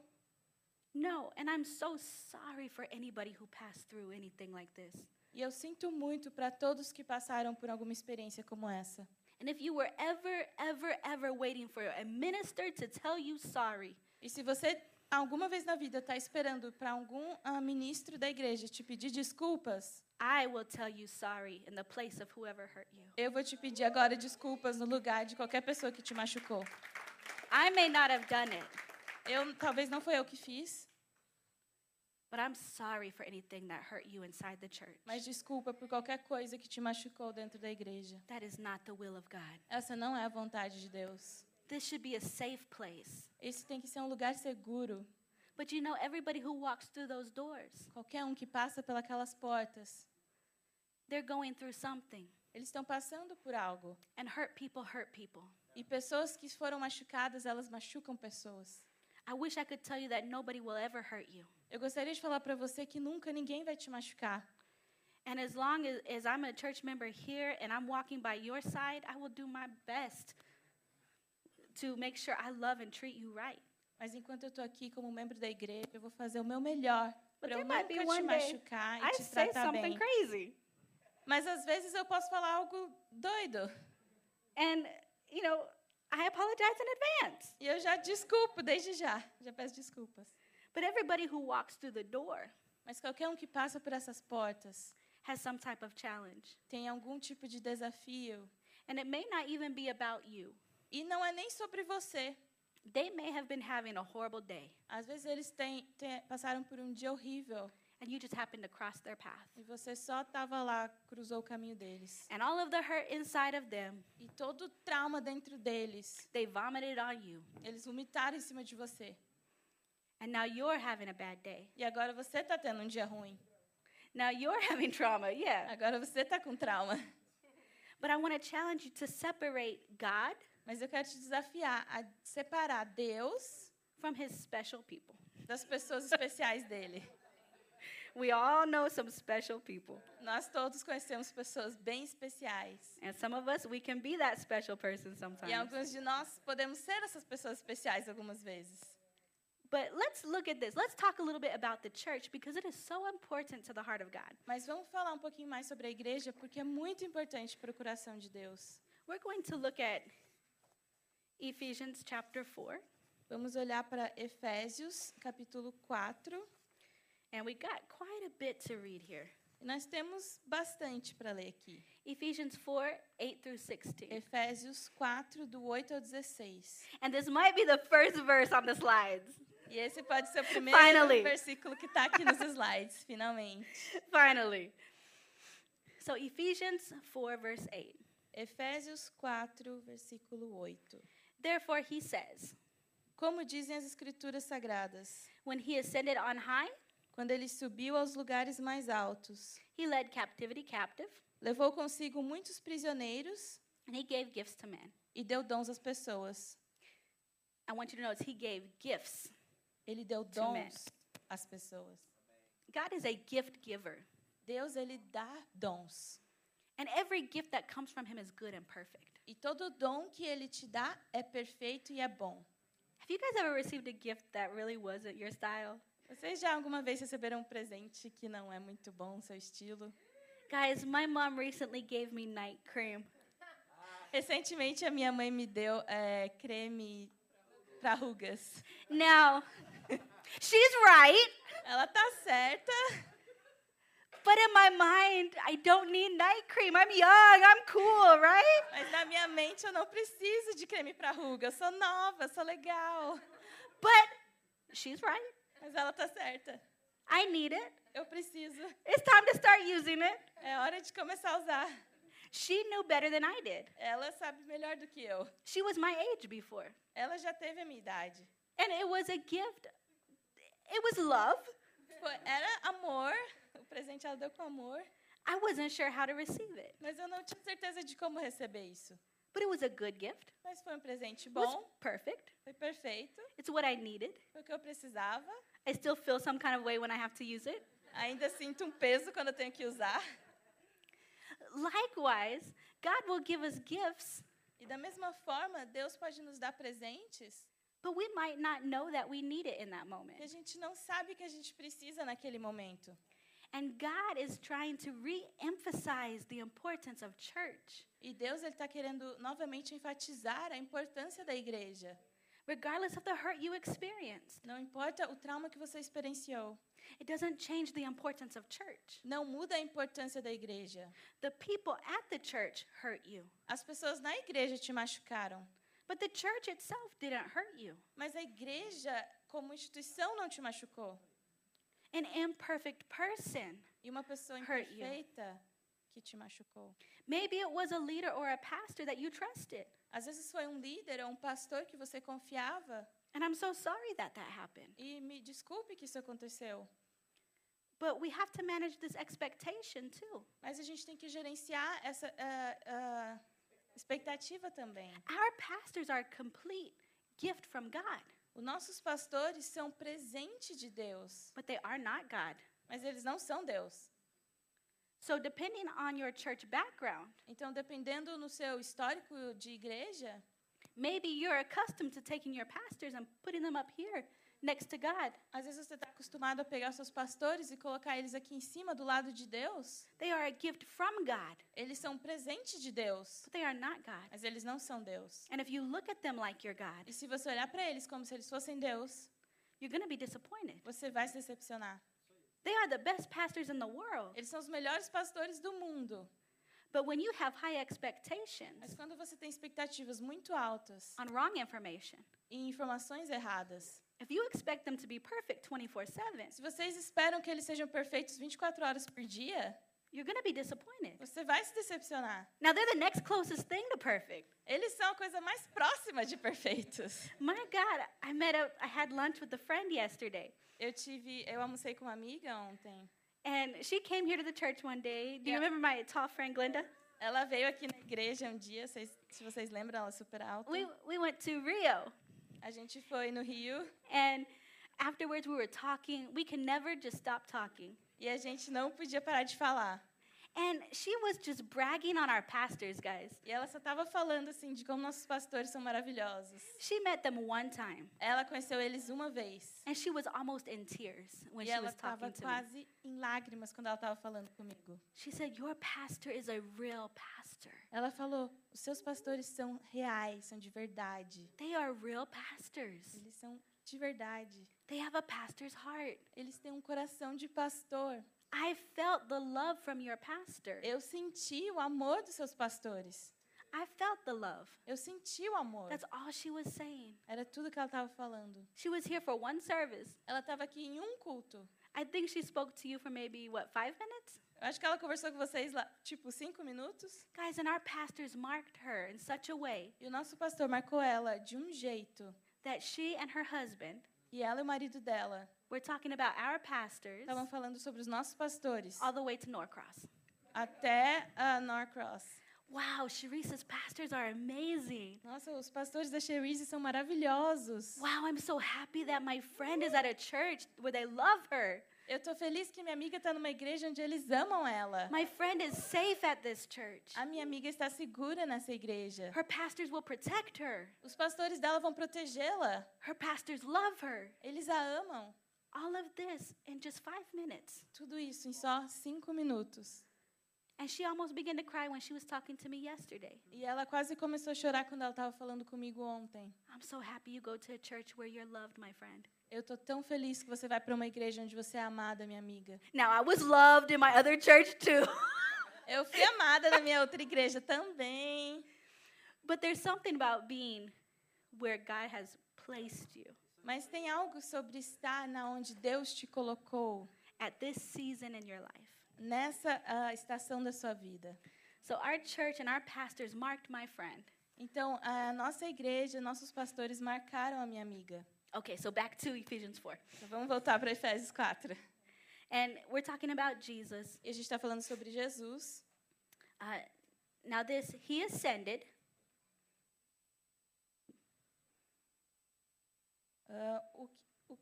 No, and I'm so sorry for anybody who passed through anything like this.
E eu sinto muito para todos que passaram por alguma experiência como essa.
And if you were ever, ever, ever waiting for a minister to tell you sorry,
E se você alguma vez na vida está esperando para algum ah, ministro da igreja te pedir desculpas,
I will tell you sorry in the place of whoever hurt you.
eu vou te pedir agora desculpas no lugar de qualquer pessoa que te machucou.
I may not have done it,
Eu talvez não foi eu que fiz,
but I'm sorry for anything that hurt you inside the church.
mas desculpa por qualquer coisa que te machucou dentro da igreja.
That is not the will of God.
Essa não é a vontade de Deus.
This should be a safe place.
Esse tem que ser um lugar seguro.
But you know, everybody who walks through those doors,
Qualquer um que passa pelas portas,
they're going through something.
eles estão passando por algo.
And hurt people hurt people.
E pessoas que foram machucadas, elas machucam pessoas.
I wish I could tell you that nobody will ever hurt you.
Eu gostaria de falar para você que nunca ninguém vai te machucar.
And as long as, as I'm a church member here and I'm walking by your side, I will do my best to make sure I love and treat you right.
Mas enquanto eu estou aqui como membro da igreja, eu vou fazer o meu melhor
But
para eu
there might
nunca
be
te
one day
machucar
I
e te
say
tratar
something
bem.
crazy.
Mas às vezes eu posso falar algo doido.
And, you know, I apologize in advance.
E eu já desculpo desde já. Já peço desculpas.
But everybody who walks through the door
Mas qualquer um que passa por essas portas
has some type of challenge.
tem algum tipo de desafio.
And it may not even be about you.
E não é nem sobre você.
They may have been having a horrible day,
Às vezes eles têm, têm- passaram por um dia horrível
and you just happened to cross their path.
e você só estava lá, cruzou o caminho deles.
And all of the hurt inside of them,
E todo o trauma dentro deles,
they vomited on you.
eles vomitaram em cima de você.
And now you're having a bad day.
E agora você está tendo um dia ruim.
Now you're having trauma, yeah.
Agora você está com trauma.
But I want to challenge you to separate God
Mas eu quero te desafiar a separar Deus
from his special people.
das pessoas especiais dele.
We all know some special people.
Nós todos conhecemos pessoas bem especiais.
And some of us, we can be that special person sometimes.
E alguns de nós podemos ser essas pessoas especiais algumas vezes.
But let's look at this. Let's talk a little bit about the church because it is so important to the heart of God.
Mas vamos falar um pouquinho mais sobre a igreja, porque é muito importante para o coração de Deus.
We're going to look at Ephesians chapter 4,
Vamos olhar para Efésios, capítulo 4.
and we got quite a bit to read here.
E nós temos bastante para ler aqui.
Ephesians 4, 8 through 16.
Efésios 4, do 8 ao 16.
And this might be the first verse on the slides.
E esse pode ser o primeiro
Finally.
versículo que está aqui nos slides, finalmente.
Finally. So, Ephesians 4, verse 8.
Efésios 4, versículo 8.
Therefore, he says,
Como dizem as escrituras sagradas,
When he ascended on high,
quando ele subiu aos lugares mais altos,
he led captivity captive,
levou consigo muitos prisioneiros
and he gave gifts to men.
e deu dons às pessoas.
I want you to notice he gave gifts.
Ele deu
To men.
dons às pessoas.
God is a gift giver,
Deus ele dá dons.
and every gift that comes from him is good and perfect.
E todo dom que ele te dá é perfeito e é bom.
Have you guys ever received a gift that really wasn't your style?
Vocês já alguma vez receberam um presente que não é muito bom, seu estilo?
Guys, my mom recently gave me night cream.
Recentemente a minha mãe me deu eh, creme para rugas.
Now, she's right,
Ela tá certa,
but in my mind, I don't need night cream. I'm young, I'm cool, right?
mas na minha mente eu não preciso de creme para ruga. Eu sou nova, sou legal.
But she's right.
Mas ela tá certa.
I need it.
Eu preciso.
It's time to start using it.
É hora de começar a usar.
She knew better than I did.
Ela sabe melhor do que eu.
She was my age before.
Ela já teve a minha idade.
And it was a gift. It was love.
Foi- Era amor. O presente ela deu com amor,
I wasn't sure how to receive it.
mas eu não tinha certeza de como receber isso.
But it was a good gift.
Mas foi um presente
It was
bom,
perfect.
foi perfeito,
It's what I needed.
foi o que eu precisava.
I still feel some kind of way when I have to use it.
Ainda sinto um peso quando eu tenho que usar.
Likewise, God will give us gifts,
E da mesma forma, Deus pode nos dar presentes
but we might not know that we need it in that
que a
moment.
gente não sabe que a gente precisa naquele momento.
And God is trying to re emphasize the importance of church.
E Deus ele está querendo novamente enfatizar a importância da igreja.
Regardless of the hurt you experienced,
Não importa o trauma que você experienciou,
it doesn't change the importance of church.
não muda a importância da igreja.
The people at the church hurt you,
As pessoas na igreja te machucaram,
but the church itself didn't hurt you.
mas a igreja como instituição não te machucou.
An imperfect person,
E uma pessoa
Hurt you.
imperfeita que te machucou.
maybe it was a leader or a pastor that you trusted.
Às vezes foi um líder ou um pastor que você confiava
And I'm so sorry that that happened.
e me desculpe que isso aconteceu,
But we have to manage this expectation too.
mas a gente tem que gerenciar essa ah, ah, expectativa também.
Our pastors are a complete gift from God,
Os nossos pastores são presente de Deus,
but they are not God.
mas eles não são Deus.
So, depending on your church background,
Então, dependendo no seu histórico de igreja,
maybe you're accustomed to taking your pastors and putting them up here next to God.
às vezes você está acostumado a pegar os seus pastores e colocar eles aqui em cima do lado de Deus.
They are a gift from God,
Eles são presente de Deus,
but they are not God.
mas eles não são Deus.
And if you look at them like you're God,
E se você olhar para eles como se eles fossem Deus,
you're going to be disappointed.
você vai se decepcionar.
They are the best pastors in the world,
Eles são os melhores pastores do mundo,
but when you have high
mas
expectations
quando você tem expectativas muito altas
on wrong information,
e informações erradas,
if you expect them to be perfect 24 7,
se vocês esperam que eles sejam perfeitos 24 horas por dia,
you're going to be disappointed.
você vai se decepcionar.
Now they're the next closest thing to perfect.
Eles são a coisa mais próxima de perfeitos.
My God, I met up, I had lunch with a friend yesterday,
Eu tive, eu almocei com uma amiga ontem.
and she came here to the church one day. Do you
Yeah.
remember my tall friend Glenda?
Ela veio aqui na igreja um dia, vocês- se vocês lembram, ela é super alta.
We we went to Rio,
A gente foi no Rio
and afterwards we were talking. We can never just stop talking.
e a gente não podia parar de falar.
And she was just bragging on our pastors, guys.
E ela só estava falando assim de como nossos pastores são maravilhosos.
She met them one time,
Ela conheceu eles uma vez.
and she was almost in tears when
e
she
ela
was
estava
talking to me.
quase em lágrimas quando ela estava falando comigo.
She said, "Your pastor is a real pastor.
Ela falou: "Os seus pastores são reais, são de verdade.
They are real pastors.
Eles são de verdade.
They have a pastor's heart."
Eles têm um coração de pastor.
I felt the love from your pastor.
Eu senti o amor dos seus pastores.
I felt the love.
Eu senti o amor.
That's all she was saying.
Era tudo que ela estava falando.
She was here for one service.
Ela estava aqui em um culto.
I think she spoke to you for maybe, what, five minutes?
Eu acho que ela conversou com vocês lá, tipo, cinco minutos.
Guys, and our pastors marked her in such a way
E o nosso pastor marcou ela de um jeito.
that she and her husband
E ela e o marido dela
were talking about our pastors
estavam falando sobre os nossos pastores
all the way to Norcross.
até a Norcross.
Wow, Sharice's pastors are amazing.
Nossa, os pastores da Cherise são maravilhosos.
Wow, I'm so happy that my friend is at a church where they love her.
Eu tô feliz que minha amiga está numa igreja onde eles amam ela.
My friend is safe at this church.
A minha amiga está segura nessa igreja.
Her pastors will protect her.
Os pastores dela vão protegê-la.
Her pastors love her.
Eles a amam.
All of this in just five minutes.
Tudo isso em só cinco minutos.
And she almost began to cry when she was talking to me yesterday.
E ela quase começou a chorar quando ela estava falando comigo ontem.
I'm so happy you go to a church where you're loved, my friend.
Eu tô tão feliz que você vai para uma igreja onde você é amada, minha amiga.
Now, I was loved in my other church too.
Eu fui amada na minha outra igreja também.
but there's something about being where God has placed you
Mas tem algo sobre estar na onde Deus te colocou
at this season in your life.
nessa ah, estação da sua vida.
So, our church and our pastors marked my friend.
Então, a nossa igreja, nossos pastores marcaram a minha amiga.
Okay, so back to Ephesians 4.
Então, vamos voltar para Efésios 4.
And we're talking about Jesus.
E a gente tá está falando sobre Jesus.
Uh, now, this, he ascended
Ah, o, que- o,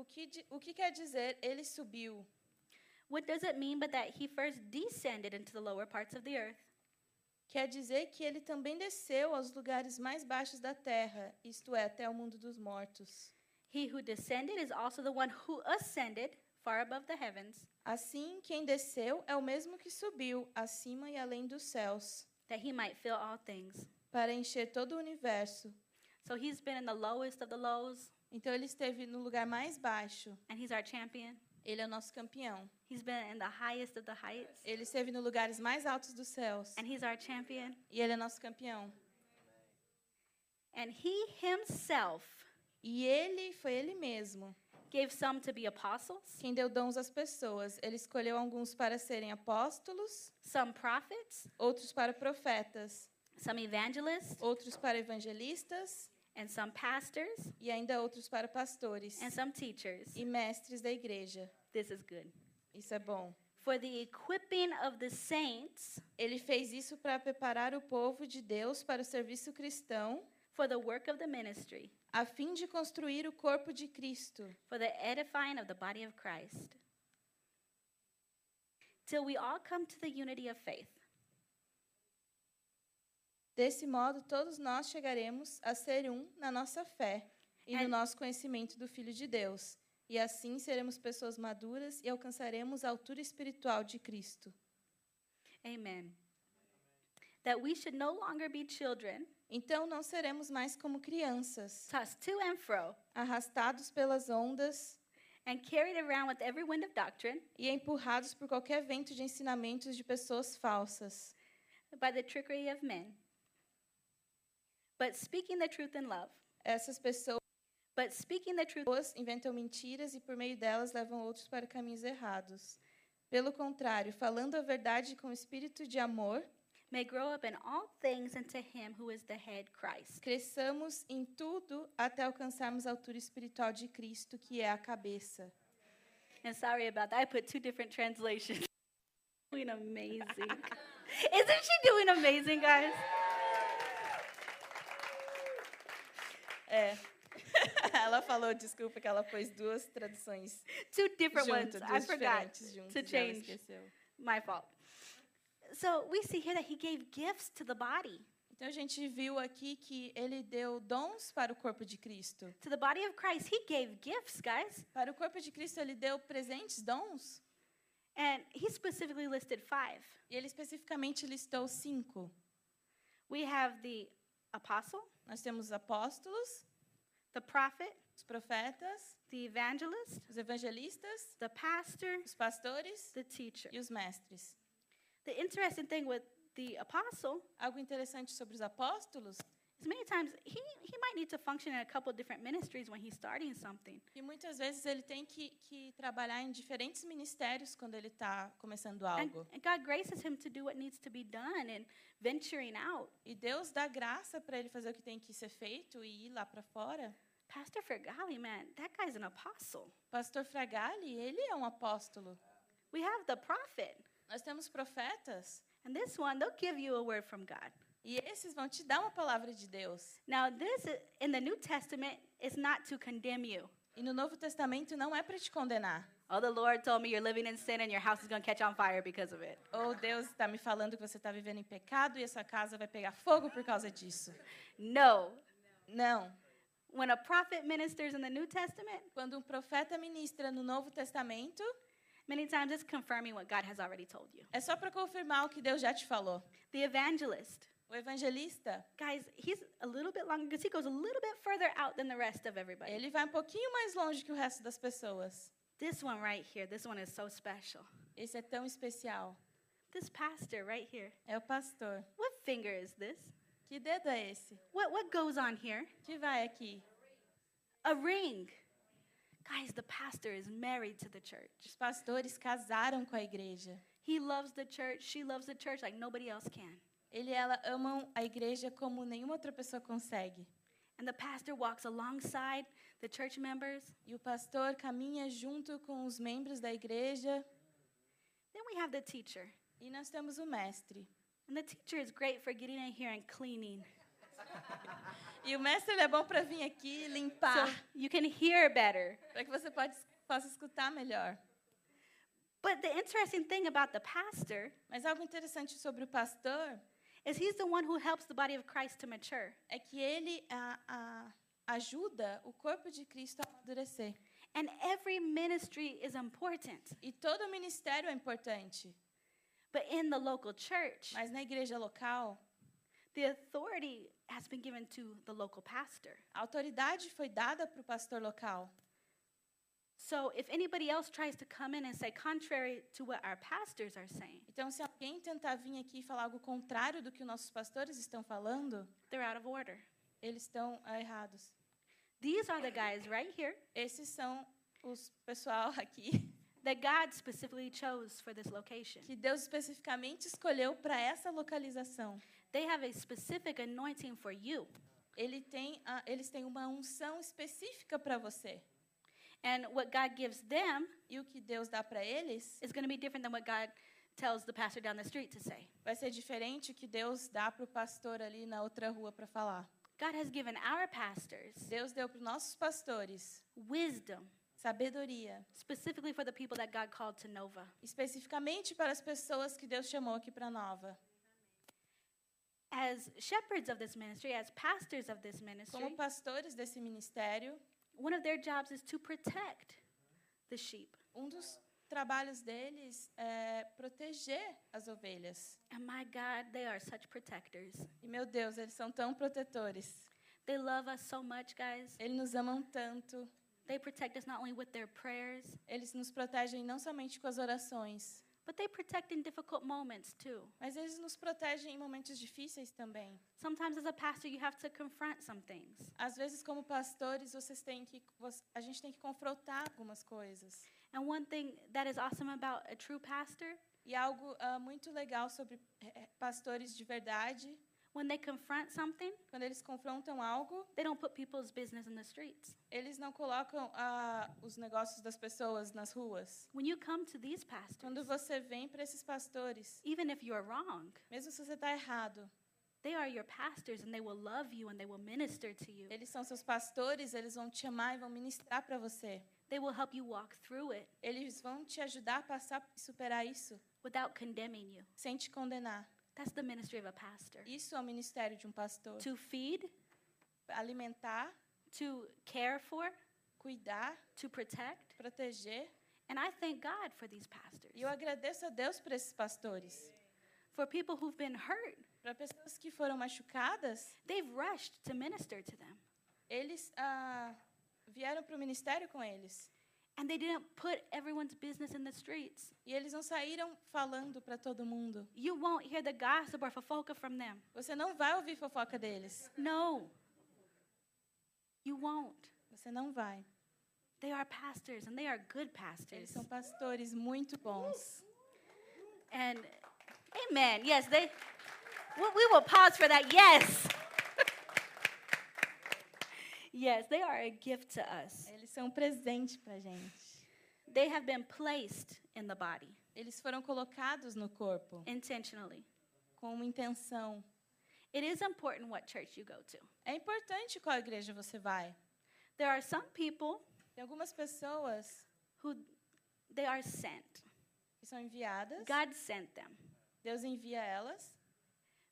o, que, di- o que quer dizer ele subiu?
What does it mean but that he first descended into the lower parts of the earth?
Quer dizer que ele também desceu aos lugares mais baixos da terra, isto é, até o mundo dos mortos.
He who descended is also the one who ascended far above the heavens,
Assim, quem desceu é o mesmo que subiu, acima e além dos céus,
that he might fill all things.
para encher todo o universo.
So he's been in the lowest of the lows,
Então, ele esteve no lugar mais baixo.
and he's our champion.
Ele é o nosso campeão.
He's been in the highest of the heights,
Ele esteve nos lugares mais altos dos céus.
and he's our champion.
E ele é nosso campeão.
And he himself
E ele foi ele mesmo
gave some to be apostles,
quem deu dons às pessoas. Ele escolheu alguns para serem apóstolos,
some prophets,
outros para profetas,
some evangelists,
outros para evangelistas
and some pastors,
e ainda outros para pastores
and some teachers.
e mestres da igreja.
This is good.
Isso é bom.
For the equipping of the saints
Ele fez isso para preparar o povo de Deus para o serviço cristão,
for the work of the ministry,
a fim de construir o corpo de Cristo,
for the edifying of the body of Christ. Till we all come to the unity of faith
Desse modo, todos nós chegaremos a ser um na nossa fé e
And-
no nosso conhecimento do Filho de Deus. E assim seremos pessoas maduras e alcançaremos a altura espiritual de Cristo.
Amen. That we should no longer be children,
Então não seremos mais como crianças,
tossed to and fro,
arrastados pelas ondas
and carried around with every wind of doctrine,
e empurrados por qualquer vento de ensinamentos de pessoas falsas,
by the trickery of men. But speaking the truth in love,
essas pessoas
but speaking the truth,
inventam mentiras e por meio delas levam outros para caminhos errados. Pelo contrário, falando a verdade com espírito de amor,
may grow up in all things into him who is the head, Christ.
Cresçamos em tudo até alcançarmos a altura espiritual de Cristo, que é a cabeça.
And sorry about that. I put two different translations. Doing amazing. Isn't she doing amazing, guys?
É. ela falou, desculpa, que ela pôs duas traduções
Two different ones.
juntas,
I
duas
forgot
diferentes juntas.
to
e ela
change.
esqueceu.
My fault. So we see here that he gave gifts to the body,
Então a gente viu aqui que ele deu dons para o corpo de Cristo.
to the body of Christ. He gave gifts, guys.
Para o corpo de Cristo ele deu presentes, dons,
And he specifically listed five.
e ele especificamente listou cinco.
We have the apostle,
Nós temos os apóstolos,
the prophet,
os profetas,
the evangelist,
os evangelistas,
the pastor,
os pastores
the teacher.
e os mestres.
The interesting thing with the apostle
Algo interessante sobre os apóstolos
is many times he, he might need to function in a couple different ministries when he's starting something.
E muitas vezes ele tem que, que trabalhar em diferentes ministérios quando ele está começando
And,
algo.
and God graces him to do what needs to be done and venturing out.
E Deus dá graça para ele fazer o que tem que ser feito e ir lá para fora.
Pastor Fergali, man, that guy's an apostle.
Pastor Fragale, ele é um apóstolo.
We have the prophet,
Nós temos profetas
and this one, they'll give you a word from God.
e esses vão te dar uma palavra de Deus.
Now, this i- in the New Testament is not to condemn you.
E no Novo Testamento não é para te condenar.
Oh, the Lord told me you're living in sin and your house is going to catch on fire because of it.
Ou Deus está me falando que você está vivendo em pecado e a sua casa vai pegar fogo por causa disso.
No.
Não.
When a prophet ministers in the New Testament,
Quando um profeta ministra no Novo Testamento,
many times it's confirming what God has already told you.
é só para confirmar o que Deus já te falou.
The evangelist,
O evangelista,
guys, he's a little bit longer because he goes a little bit further out than the rest of everybody.
ele vai um pouquinho mais longe que o resto das pessoas.
This one right here, this one is so special.
Esse é tão especial.
This pastor right here,
É o pastor.
what finger is this?
Que dedo é esse?
What, what goes on here?
Que vai aqui?
A ring. Guys, the pastor is married to the church.
Os pastores casaram com a igreja.
He loves the church. She loves the church like nobody else can.
Ele e ela amam a igreja como nenhuma outra pessoa consegue.
And the pastor walks alongside the church members.
E o pastor caminha junto com os membros da igreja.
Then we have the teacher.
E nós temos o mestre.
And the teacher is great for getting in here and cleaning.
E o mestre ele é bom para vir aqui limpar,
so you can hear better.
para que você pode, possa escutar melhor.
But the interesting thing about the pastor
Mas algo interessante sobre o pastor
is he's the one who helps the body of Christ to mature.
é que ele a- a- ajuda o corpo de Cristo a amadurecer.
And every ministry is important.
E todo o ministério é importante,
But in the local church,
mas na igreja local,
the authority has been given to the local pastor.
a autoridade foi dada para o pastor local.
So if anybody else tries to come in and say contrary to what our pastors are saying,
Então, se alguém tentar vir aqui e falar algo contrário do que os nossos pastores estão falando,
they're out of order.
eles estão ah, errados.
These are the guys right here
Esses são os pessoal aqui
that God specifically chose for this location.
que Deus especificamente escolheu para essa localização.
They have a specific anointing for you.
Ele tem a- eles têm uma unção específica para você.
And what God gives them
E o que Deus dá para eles
is going to be different than what God tells the pastor down the street to say.
vai ser diferente do que Deus dá para o pastor ali na outra rua para falar.
God has given our pastors
Deus deu para os nossos pastores
wisdom
sabedoria,
specifically for the people that God called to Nova.
especificamente para as pessoas que Deus chamou aqui para Nova.
As shepherds of this ministry, as pastors of this ministry,
Como pastores desse ministério,
one of their jobs is to protect the sheep.
um dos trabalhos deles é proteger as ovelhas.
And my God, they are such protectors.
E meu Deus, eles são tão protetores.
They love us so much, guys.
Eles nos amam tanto.
They protect us not only with their prayers,
Eles nos protegem não somente com as orações,
but they protect in difficult moments too.
mas eles nos protegem em momentos difíceis também.
Sometimes, as a pastor, you have to confront some things.
Às vezes, como pastores, vocês têm que vo- a gente tem que confrontar algumas coisas.
And one thing that is awesome about a true pastor,
E algo ah, muito legal sobre eh, eh, pastores de verdade,
when they confront something,
quando eles confrontam algo,
they don't put people's business in the streets.
eles não colocam ah, os negócios das pessoas nas ruas.
When you come to these
Quando
pastors,
você vem para esses pastores,
even if you're wrong,
mesmo se você está errado,
they are your pastors and they will love you and they will minister to you.
eles são seus pastores, eles vão te amar e vão ministrar para você.
They will help you walk through it
Eles vão te ajudar a passar e superar isso
without condemning you.
sem te condenar.
That's the ministry of a pastor.
Isso é o ministério de um pastor.
To feed,
Alimentar,
to care for,
cuidar,
to protect.
proteger.
And I thank God for these
E eu
pastors.
agradeço a Deus por esses pastores.
For people who've been hurt,
Para pessoas que foram machucadas,
they've rushed to minister to them.
eles ah, vieram para o ministério com eles.
And they didn't put everyone's business in the streets.
E eles não saíram falando para todo mundo.
You won't hear the gossip or fofoca from them.
Você não vai ouvir fofoca deles.
No. You won't.
Você não vai.
They are pastors and they are good
Eles
pastors.
são pastores muito bons.
And amen. Yes, they we, we will pause for that. Yes. yes, they are a gift to us.
Eles são um presente para gente.
They have been placed in the body
Eles foram colocados no corpo
intentionally.
com uma intenção.
It is important what church you go to.
É importante qual igreja você vai.
There are some people
Tem algumas pessoas
who they are sent.
que são enviadas.
God sent them.
Deus envia elas.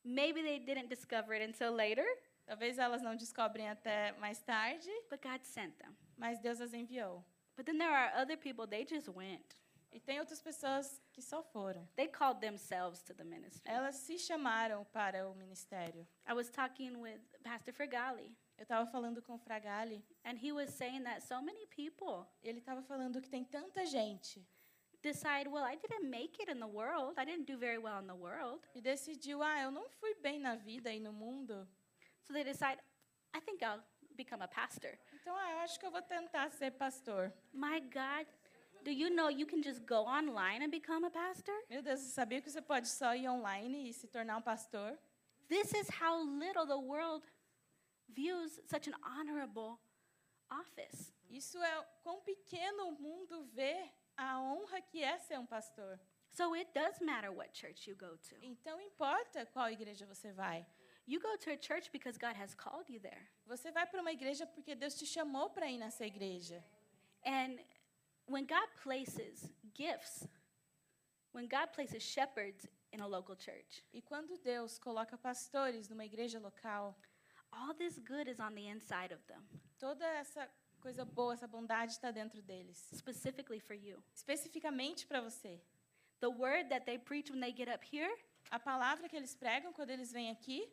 Maybe they didn't discover it until later,
Talvez elas não descobrem até mais tarde,
but God sent them.
mas Deus as enviou.
But then there are other people, they just went.
E tem outras pessoas que só foram.
They called themselves to the ministry.
Elas se chamaram para o ministério.
I was talking with Pastor Fergali,
Eu estava falando com o Fragale,
and he was saying that so many people
e ele estava falando que tem tanta gente
decide, well, I didn't make it in the world. I didn't do very well in the world.
que decidiu, ah, eu não fui bem na vida e no mundo,
So they decide, I think I'll become a pastor.
então ah, eu acho que eu vou tentar ser pastor.
My God, do you know you can just go online and become a pastor?
Meu Deus, você sabia que você pode só ir online e se tornar um pastor?
This is how little the world views such an honorable office.
Isso é o quão pequeno o mundo vê a honra que é ser um pastor.
So it does matter what church you go to.
Então importa qual igreja você vai.
You go to a church because God has called you there.
Você vai para uma igreja porque Deus te chamou para ir nessa igreja.
And when God places gifts, when God places shepherds in a local church,
E quando Deus coloca pastores numa igreja local,
all this good is on the inside of them,
toda essa coisa boa, essa bondade está dentro deles.
specifically for you.
Especificamente para você.
The word that they preach when they get up here,
A palavra que eles pregam quando eles vêm aqui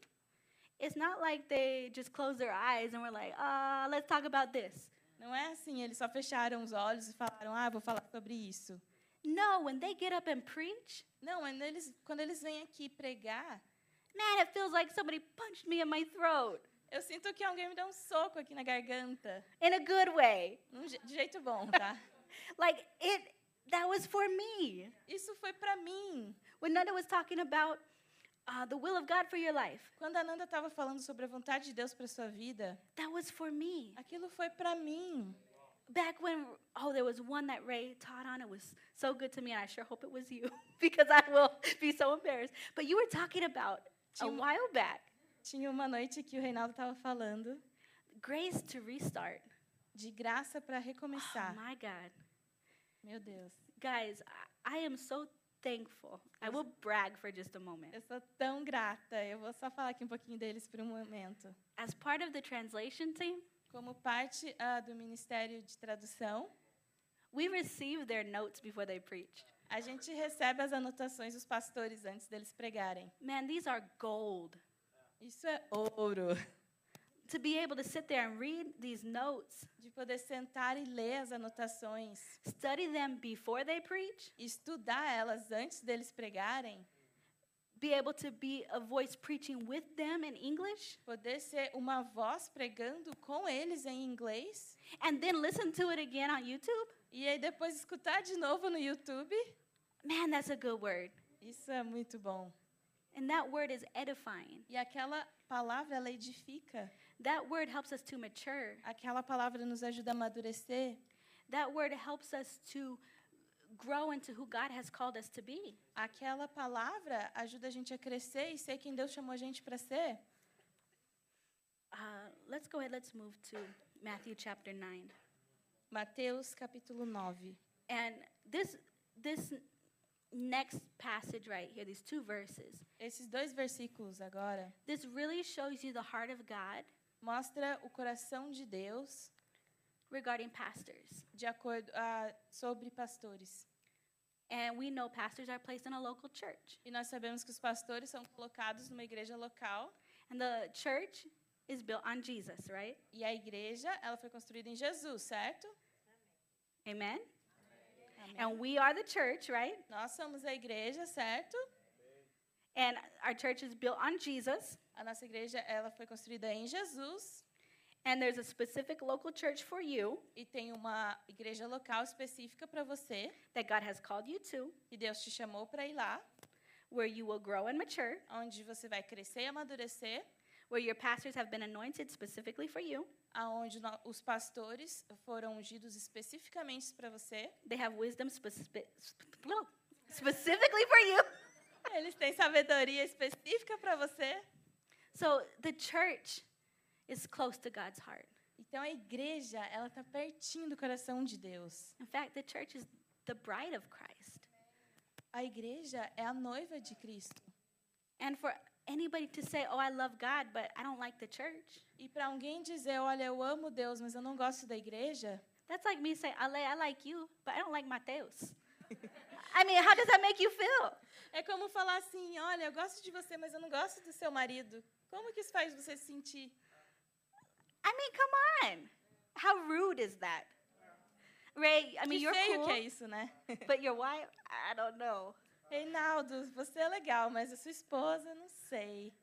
it's not like they just close their eyes and we're like, ah, let's talk about this.
não é assim, eles só fecharam os olhos e falaram: "Ah, vou falar sobre isso".
No, when they get up and preach,
Não, quando eles, quando eles vêm aqui pregar,
man, it feels like somebody punched me in my throat
eu sinto que alguém me deu um soco aqui na garganta,
in a good way.
Num je- de jeito bom, tá?
Like it, that was for me.
Isso foi para mim.
When Nanda was talking about uh, the will of God for your life,
Quando a Nanda estava falando sobre a vontade de Deus para sua vida,
that was for me.
aquilo foi para mim.
Back when, oh, there was one that Ray taught on. It was so good to me, and I sure hope it was you because I will be so embarrassed. But you were talking about a
Tim-
while back
Tinha uma noite que o Reinaldo estava falando
grace to restart.
de graça para
Oh,
recomeçar.
my God.
Meu Deus,
Guys, I, I am so thankful. I will brag for just a moment.
eu sou tão grata. Eu vou só falar aqui um pouquinho deles por um momento.
As part of the translation team,
Como parte ah, do Ministério de Tradução,
we receive their notes before they preach.
a gente recebe as anotações dos pastores antes deles pregarem.
Man, these are gold.
Isso é ouro.
To be able to sit there and read these notes,
De poder sentar e ler as anotações,
study them before they preach,
estudar elas antes deles pregarem,
be able to be a voice preaching with them in English,
poder ser uma voz pregando com eles em inglês
and then listen to it again on YouTube.
e aí depois escutar de novo no YouTube.
Man, that's a good word.
Isso é muito bom.
And that word is edifying.
E aquela palavra ela edifica.
That word helps us to mature.
Aquela palavra nos ajuda a amadurecer.
That word helps us to grow into who God has called us to be.
Aquela palavra ajuda a gente a crescer e ser quem Deus chamou a gente para ser.
Uh, let's go ahead, let's move to Matthew chapter 9.
Mateus capítulo 9.
And this this n- next passage right here, these two verses,
Esses dois versículos agora
this really shows you the heart of God
mostra o coração de Deus
regarding pastors.
de acordo ah, sobre pastores.
And we know pastors are placed in a local church.
E nós sabemos que os pastores são colocados numa igreja local
And the church is built on Jesus, right?
e a igreja ela foi construída em Jesus, certo?
Amen.
Amém.
And we are the church, right?
Nós somos a igreja, certo?
And our church is built on Jesus.
A nossa igreja ela foi construída em Jesus
And there's a specific local church for you
e tem uma igreja local específica para você
that God has called you to,
e Deus te chamou para ir lá,
where you will grow and mature,
onde você vai crescer e amadurecer,
where your pastors have been anointed specifically for you.
aonde no- os pastores foram ungidos especificamente para você.
They have wisdom speci- sp- blah, specifically for you.
Eles têm sabedoria específica para você.
So the church is close to God's heart.
Então a igreja, ela tá pertinho do coração de Deus.
In fact, the church is the bride of Christ.
A igreja é a noiva de Cristo.
And for anybody to say, oh, I love God, but I don't like the church,
E para alguém dizer, olha, eu amo Deus, mas eu não gosto da igreja,
that's like me saying, Ale, I like you, but I don't like Mateus. I mean, how does that make you feel?
é como falar assim, olha, eu gosto de você, mas eu não gosto do seu marido. Como que isso faz você se sentir?
I mean, come on. How rude is that? Ray, I mean,
que
you're
feio
cool,
que é isso, né?
but your wife, I don't know.
Reinaldo, você é legal, mas a sua esposa, não sei.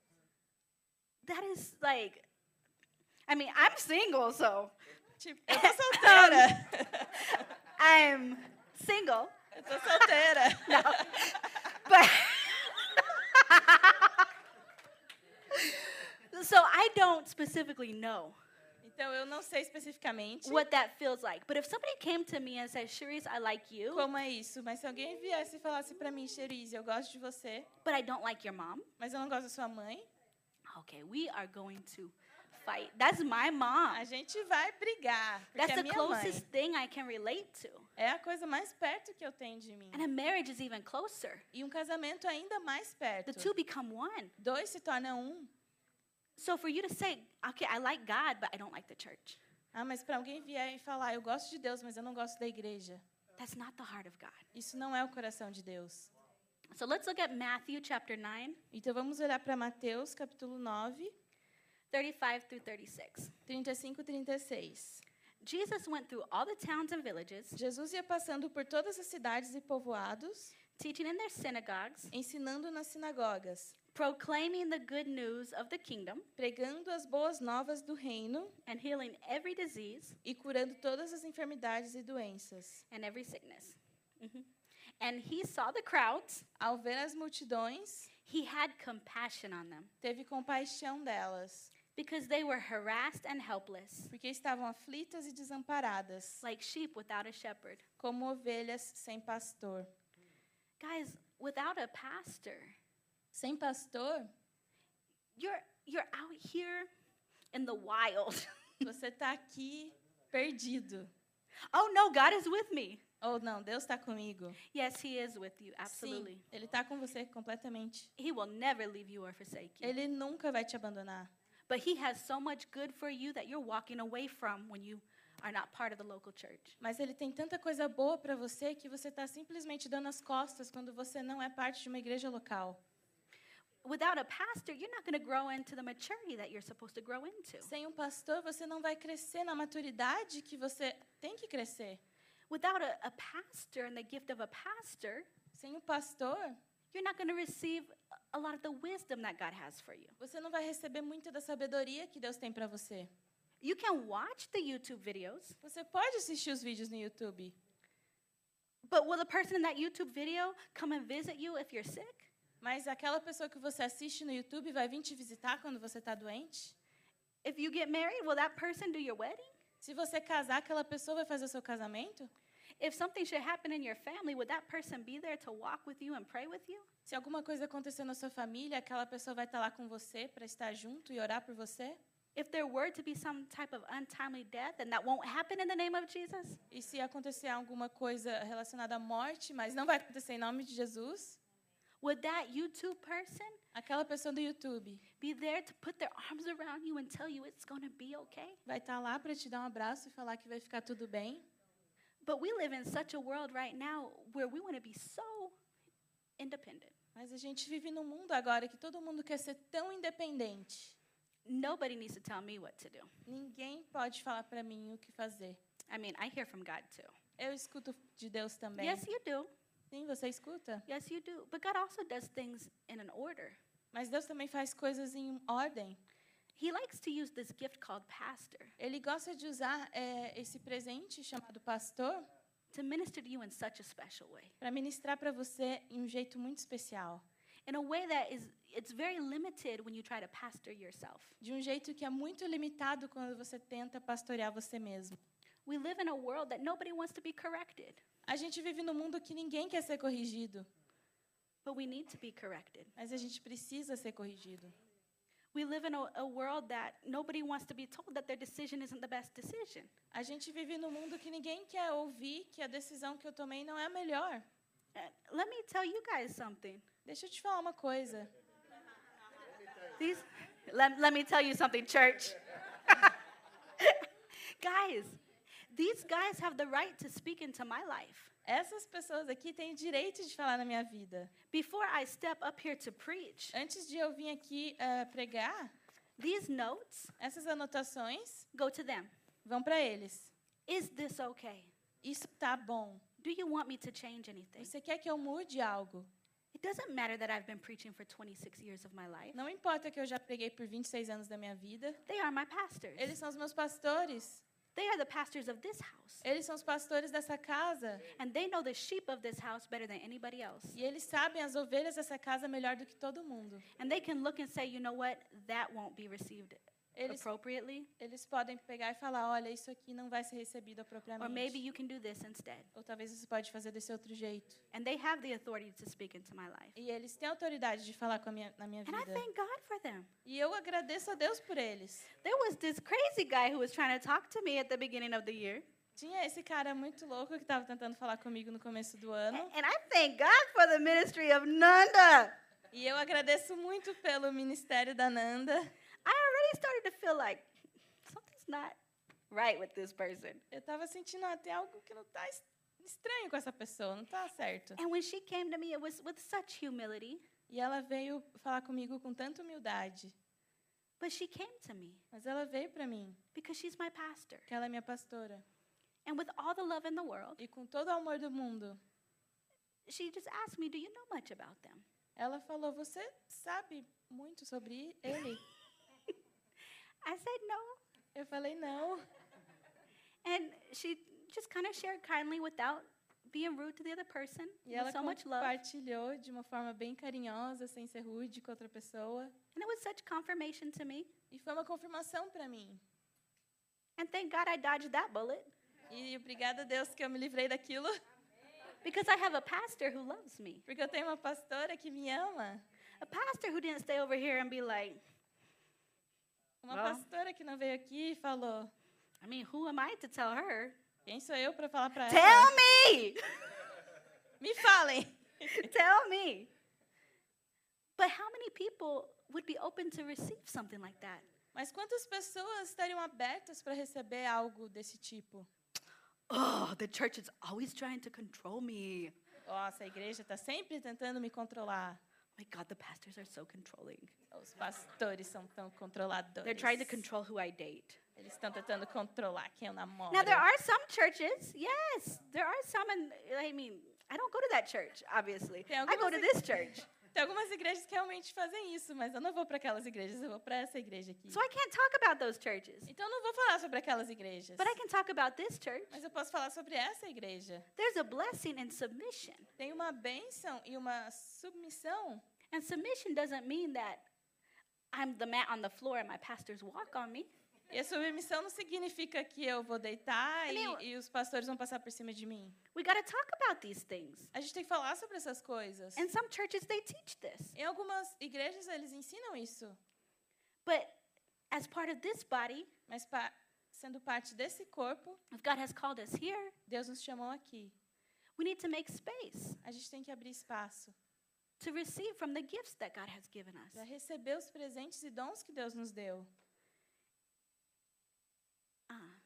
That is like, I mean, I'm single, so
Tipo, eu tô solteira.
I'm single,
eu tô solteira.
but. so I don't specifically know
Então eu não sei especificamente
what that feels like. But if somebody came to me and said, Cherise, I like you,
como é isso, mas se alguém viesse e falasse para mim, Cherise, eu gosto de você,
but I don't like your mom,
mas eu não gosto da sua mãe,
okay, we are going to fight. That's my mom.
A gente vai brigar. Porque
That's
a
the
minha
closest
mãe
thing I can relate to.
é a coisa mais perto que eu tenho de mim.
And a marriage is even closer.
E um casamento ainda mais
The
perto.
two become one.
Dois se torna um.
So for you to say, okay, I like God, but I don't like the church,
Ah, mas para alguém vier e falar, eu gosto de Deus, mas eu não gosto da igreja.
that's not the heart of God.
Isso não é o coração de Deus.
So let's look at Matthew chapter 9,
Então vamos olhar para Mateus, capítulo 9,
35 through 36.
35 e 36.
Jesus went through all the towns and villages,
Jesus ia passando por todas as cidades e povoados,
teaching in their synagogues,
ensinando nas sinagogas,
proclaiming the good news of the kingdom,
pregando as boas novas do reino
and healing every disease
e curando todas as enfermidades e doenças.
and every sickness. Mhm. And he saw the crowds,
Ao ver as multidões,
he had compassion on them
teve compaixão delas,
because they were harassed and helpless,
porque estavam aflitas e desamparadas,
like sheep without a shepherd.
como ovelhas sem pastor.
Guys, without a pastor,
Sem pastor,
you're you're out here in the wild.
você está aqui perdido.
oh no, God is with me.
Ou não, Deus está comigo.
Yes, he is with you. Absolutely.
Sim, ele está com você completamente.
He will never leave you or forsake you.
Ele nunca vai te abandonar.
But he has so much good for you that you're walking away from when you are not part of the local church.
Mas ele tem tanta coisa boa para você que você está simplesmente dando as costas quando você não é parte de uma igreja local.
Without a pastor, you're not going to grow into the maturity that you're supposed to grow into.
Sem um pastor, você não vai crescer na maturidade que você tem que crescer.
Without a, a pastor and the gift of a pastor,
Sem um pastor,
you're not going to receive a- a lot of the wisdom that God has for you.
você não vai receber muito da sabedoria que Deus tem para você.
You can watch the YouTube videos,
Você pode assistir os vídeos no YouTube,
but will the person in that YouTube video come and visit you if you're sick?
mas aquela pessoa que você assiste no YouTube vai vir te visitar quando você está doente?
If you get married, will that person do your wedding?
Se você casar, aquela pessoa vai fazer o seu casamento?
If something should happen in your family, would that person be there to walk with you and pray with you?
Se alguma coisa acontecer na sua família, aquela pessoa vai estar lá com você para estar junto e orar por você?
If there were to be some type of untimely death, and that won't happen in the name of Jesus,
E se acontecer alguma coisa relacionada à morte, mas não vai acontecer em nome de Jesus,
would that YouTube person
aquela pessoa do YouTube
be there to put their arms around you and tell you it's going to be okay?
vai estar lá para te dar um abraço e falar que vai ficar tudo bem?
But we live in such a world right now where we want to be so independent.
Mas a gente vive num mundo agora que todo mundo quer ser tão independente.
Nobody needs to tell me what to do.
Ninguém pode falar para mim o que fazer.
I mean, I hear from God too.
Eu escuto de Deus também.
Yes, you do.
Sim, você escuta?
Yes, you do. But God also does things in an order.
Mas Deus também faz coisas em ordem.
He likes to use this gift called pastor
Ele gosta de usar eh, esse presente chamado pastor
to minister to you in such a special way,
para ministrar para você em um jeito muito especial,
in a way that is it's very limited when you try to pastor yourself.
de um jeito que é muito limitado quando você tenta pastorear você mesmo.
We live in a world that nobody wants to be corrected,
A gente vive num mundo que ninguém quer ser corrigido,
but we need to be corrected.
mas a gente precisa ser corrigido.
We live in a, a world that nobody wants to be told that their decision isn't the best decision.
A gente vive num mundo que ninguém quer ouvir que a decisão que eu tomei não é a melhor.
And Uh, let me tell you guys something.
Deixa eu te falar uma coisa.
These, let, let me tell you something, church. guys, these guys have the right to speak into my life.
Essas pessoas aqui têm o direito de falar na minha vida.
Before I step up here to preach,
Antes de eu vir aqui ah, pregar,
these notes
essas anotações
go to them.
vão para eles.
Is this okay?
Isso tá bom.
Do you want me to change anything?
Você quer que eu mude algo?
It doesn't matter that I've been preaching for 26 years of my life.
Não importa que eu já preguei por 26 anos da minha vida.
They are my pastors.
Eles são os meus pastores.
They are the pastors of this house.
Eles são os pastores dessa casa.
And they know the sheep of this house better than anybody else.
E eles sabem as ovelhas dessa casa melhor do que todo mundo.
And they can look and say, you know what? That won't be received
Eles,
appropriately,
eles podem pegar e falar, olha, isso aqui não vai ser recebido
or maybe
apropriadamente.
you can do this instead.
Ou talvez você pode fazer desse outro jeito.
And they have the authority to speak into my life.
E eles têm autoridade de falar com a minha, na minha
And I
vida.
thank God for them.
E eu agradeço a Deus por eles.
There was this crazy guy who was trying to talk to me at the beginning of the year.
Tinha esse cara muito louco que estava tentando falar comigo no começo do
A-
ano.
And I thank God for the ministry of Nanda.
E eu agradeço muito pelo ministério da Nanda.
I already started to feel like something's not right with this person.
Eu estava sentindo até algo que não tá es- estranho com essa pessoa, não tá certo.
And when she came to me, it was with such humility,
E ela veio falar comigo com tanta humildade.
but she came to me
Mas ela veio para mim,
because she's my pastor.
que ela é minha pastora.
And with all the love in the world,
E com todo o amor do mundo,
she just asked me, Do you know much about them?
ela falou: Você sabe muito sobre ele?
I said, No.
Eu falei: Não.
And she just kind of shared kindly without being rude to the other person
E ela
with so much love.
compartilhou de uma forma bem carinhosa, sem ser rude com outra pessoa.
And it was such confirmation to me.
E foi uma confirmação para mim.
And thank God I dodged that bullet
E obrigada a Deus que eu me livrei daquilo,
because I have a pastor who loves me.
porque eu tenho uma pastora que me ama.
A pastor who didn't stay over here and be like,
Uma
Uau.
pastora que não veio aqui e falou:
I mean, who am I to tell her?
Quem sou eu para falar para
Tell
ela?
me!
Me falem!
tell me! But how many people would be open to receive something like that?
Mas quantas pessoas estariam abertas para receber algo desse tipo?
Oh, the church is always trying to control me.
Nossa, a igreja está sempre tentando me controlar.
My God, the pastors are so controlling.
Os pastores são tão controladores.
They're trying to control who I date.
Eles estão tentando controlar quem eu namoro.
Now, there are some churches, yes, there are some, and I mean, I don't go to that church, obviously.
Tem
I go to
algumas
this church.
Tem algumas igrejas que realmente fazem isso, mas eu não vou para aquelas igrejas, eu vou para essa igreja aqui.
So I can't talk about those churches.
Então eu não vou falar sobre aquelas igrejas.
But I can talk about this church.
Mas eu posso falar sobre essa igreja.
There's a blessing in submission.
Tem uma bênção e uma submissão.
And submission doesn't mean that I'm the mat on the floor and my pastors walk on me.
E a submissão não significa que eu vou deitar
É meio-
e, e os pastores vão passar por cima de mim.
We got to talk about these things.
A gente tem que falar sobre essas coisas.
And some churches, they teach this.
Em algumas igrejas eles ensinam isso,
But as part of this body,
mas pa- sendo parte desse corpo,
if God has called us here,
Deus nos chamou aqui.
we need to make space
A gente tem que abrir espaço
to receive from the gifts that God has given
para
us.
receber os presentes e dons que Deus nos deu.
Uh,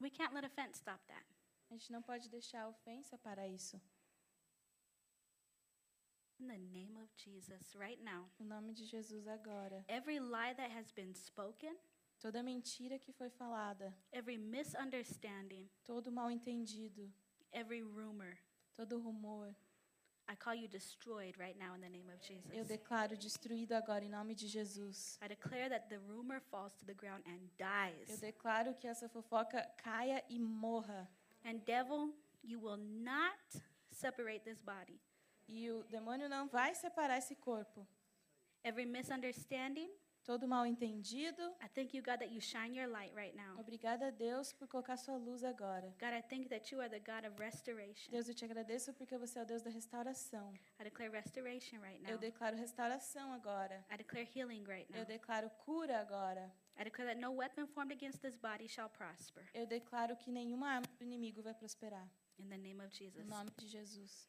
we can't let offense stop that.
A gente não pode deixar a ofensa para isso.
In the name of Jesus, right now,
Em nome de Jesus agora.
every lie that has been spoken,
Toda mentira que foi falada,
every misunderstanding,
todo mal entendido,
every rumor,
todo rumor,
I call you destroyed right now in the name of
eu
Jesus.
declaro destruído agora em nome de Jesus.
I declare that the rumor falls to the ground and
Eu
dies.
declaro que essa fofoca caia e morra.
And devil, you will not separate this body.
E o demônio não vai separar esse corpo.
Every misunderstanding,
Todo mal entendido,
I thank you, God, that you shine your light right now.
obrigada a Deus por colocar sua luz agora.
God, I thank you that you are the God of restoration.
Deus, eu te agradeço porque você é o Deus da restauração.
I declare restoration right
Eu
now.
declaro restauração agora.
I declare healing right now.
Eu declaro cura agora.
I declare that no weapon formed against this body shall prosper.
Eu declaro que nenhuma arma do inimigo vai prosperar.
In the name of Jesus.
Em nome de Jesus.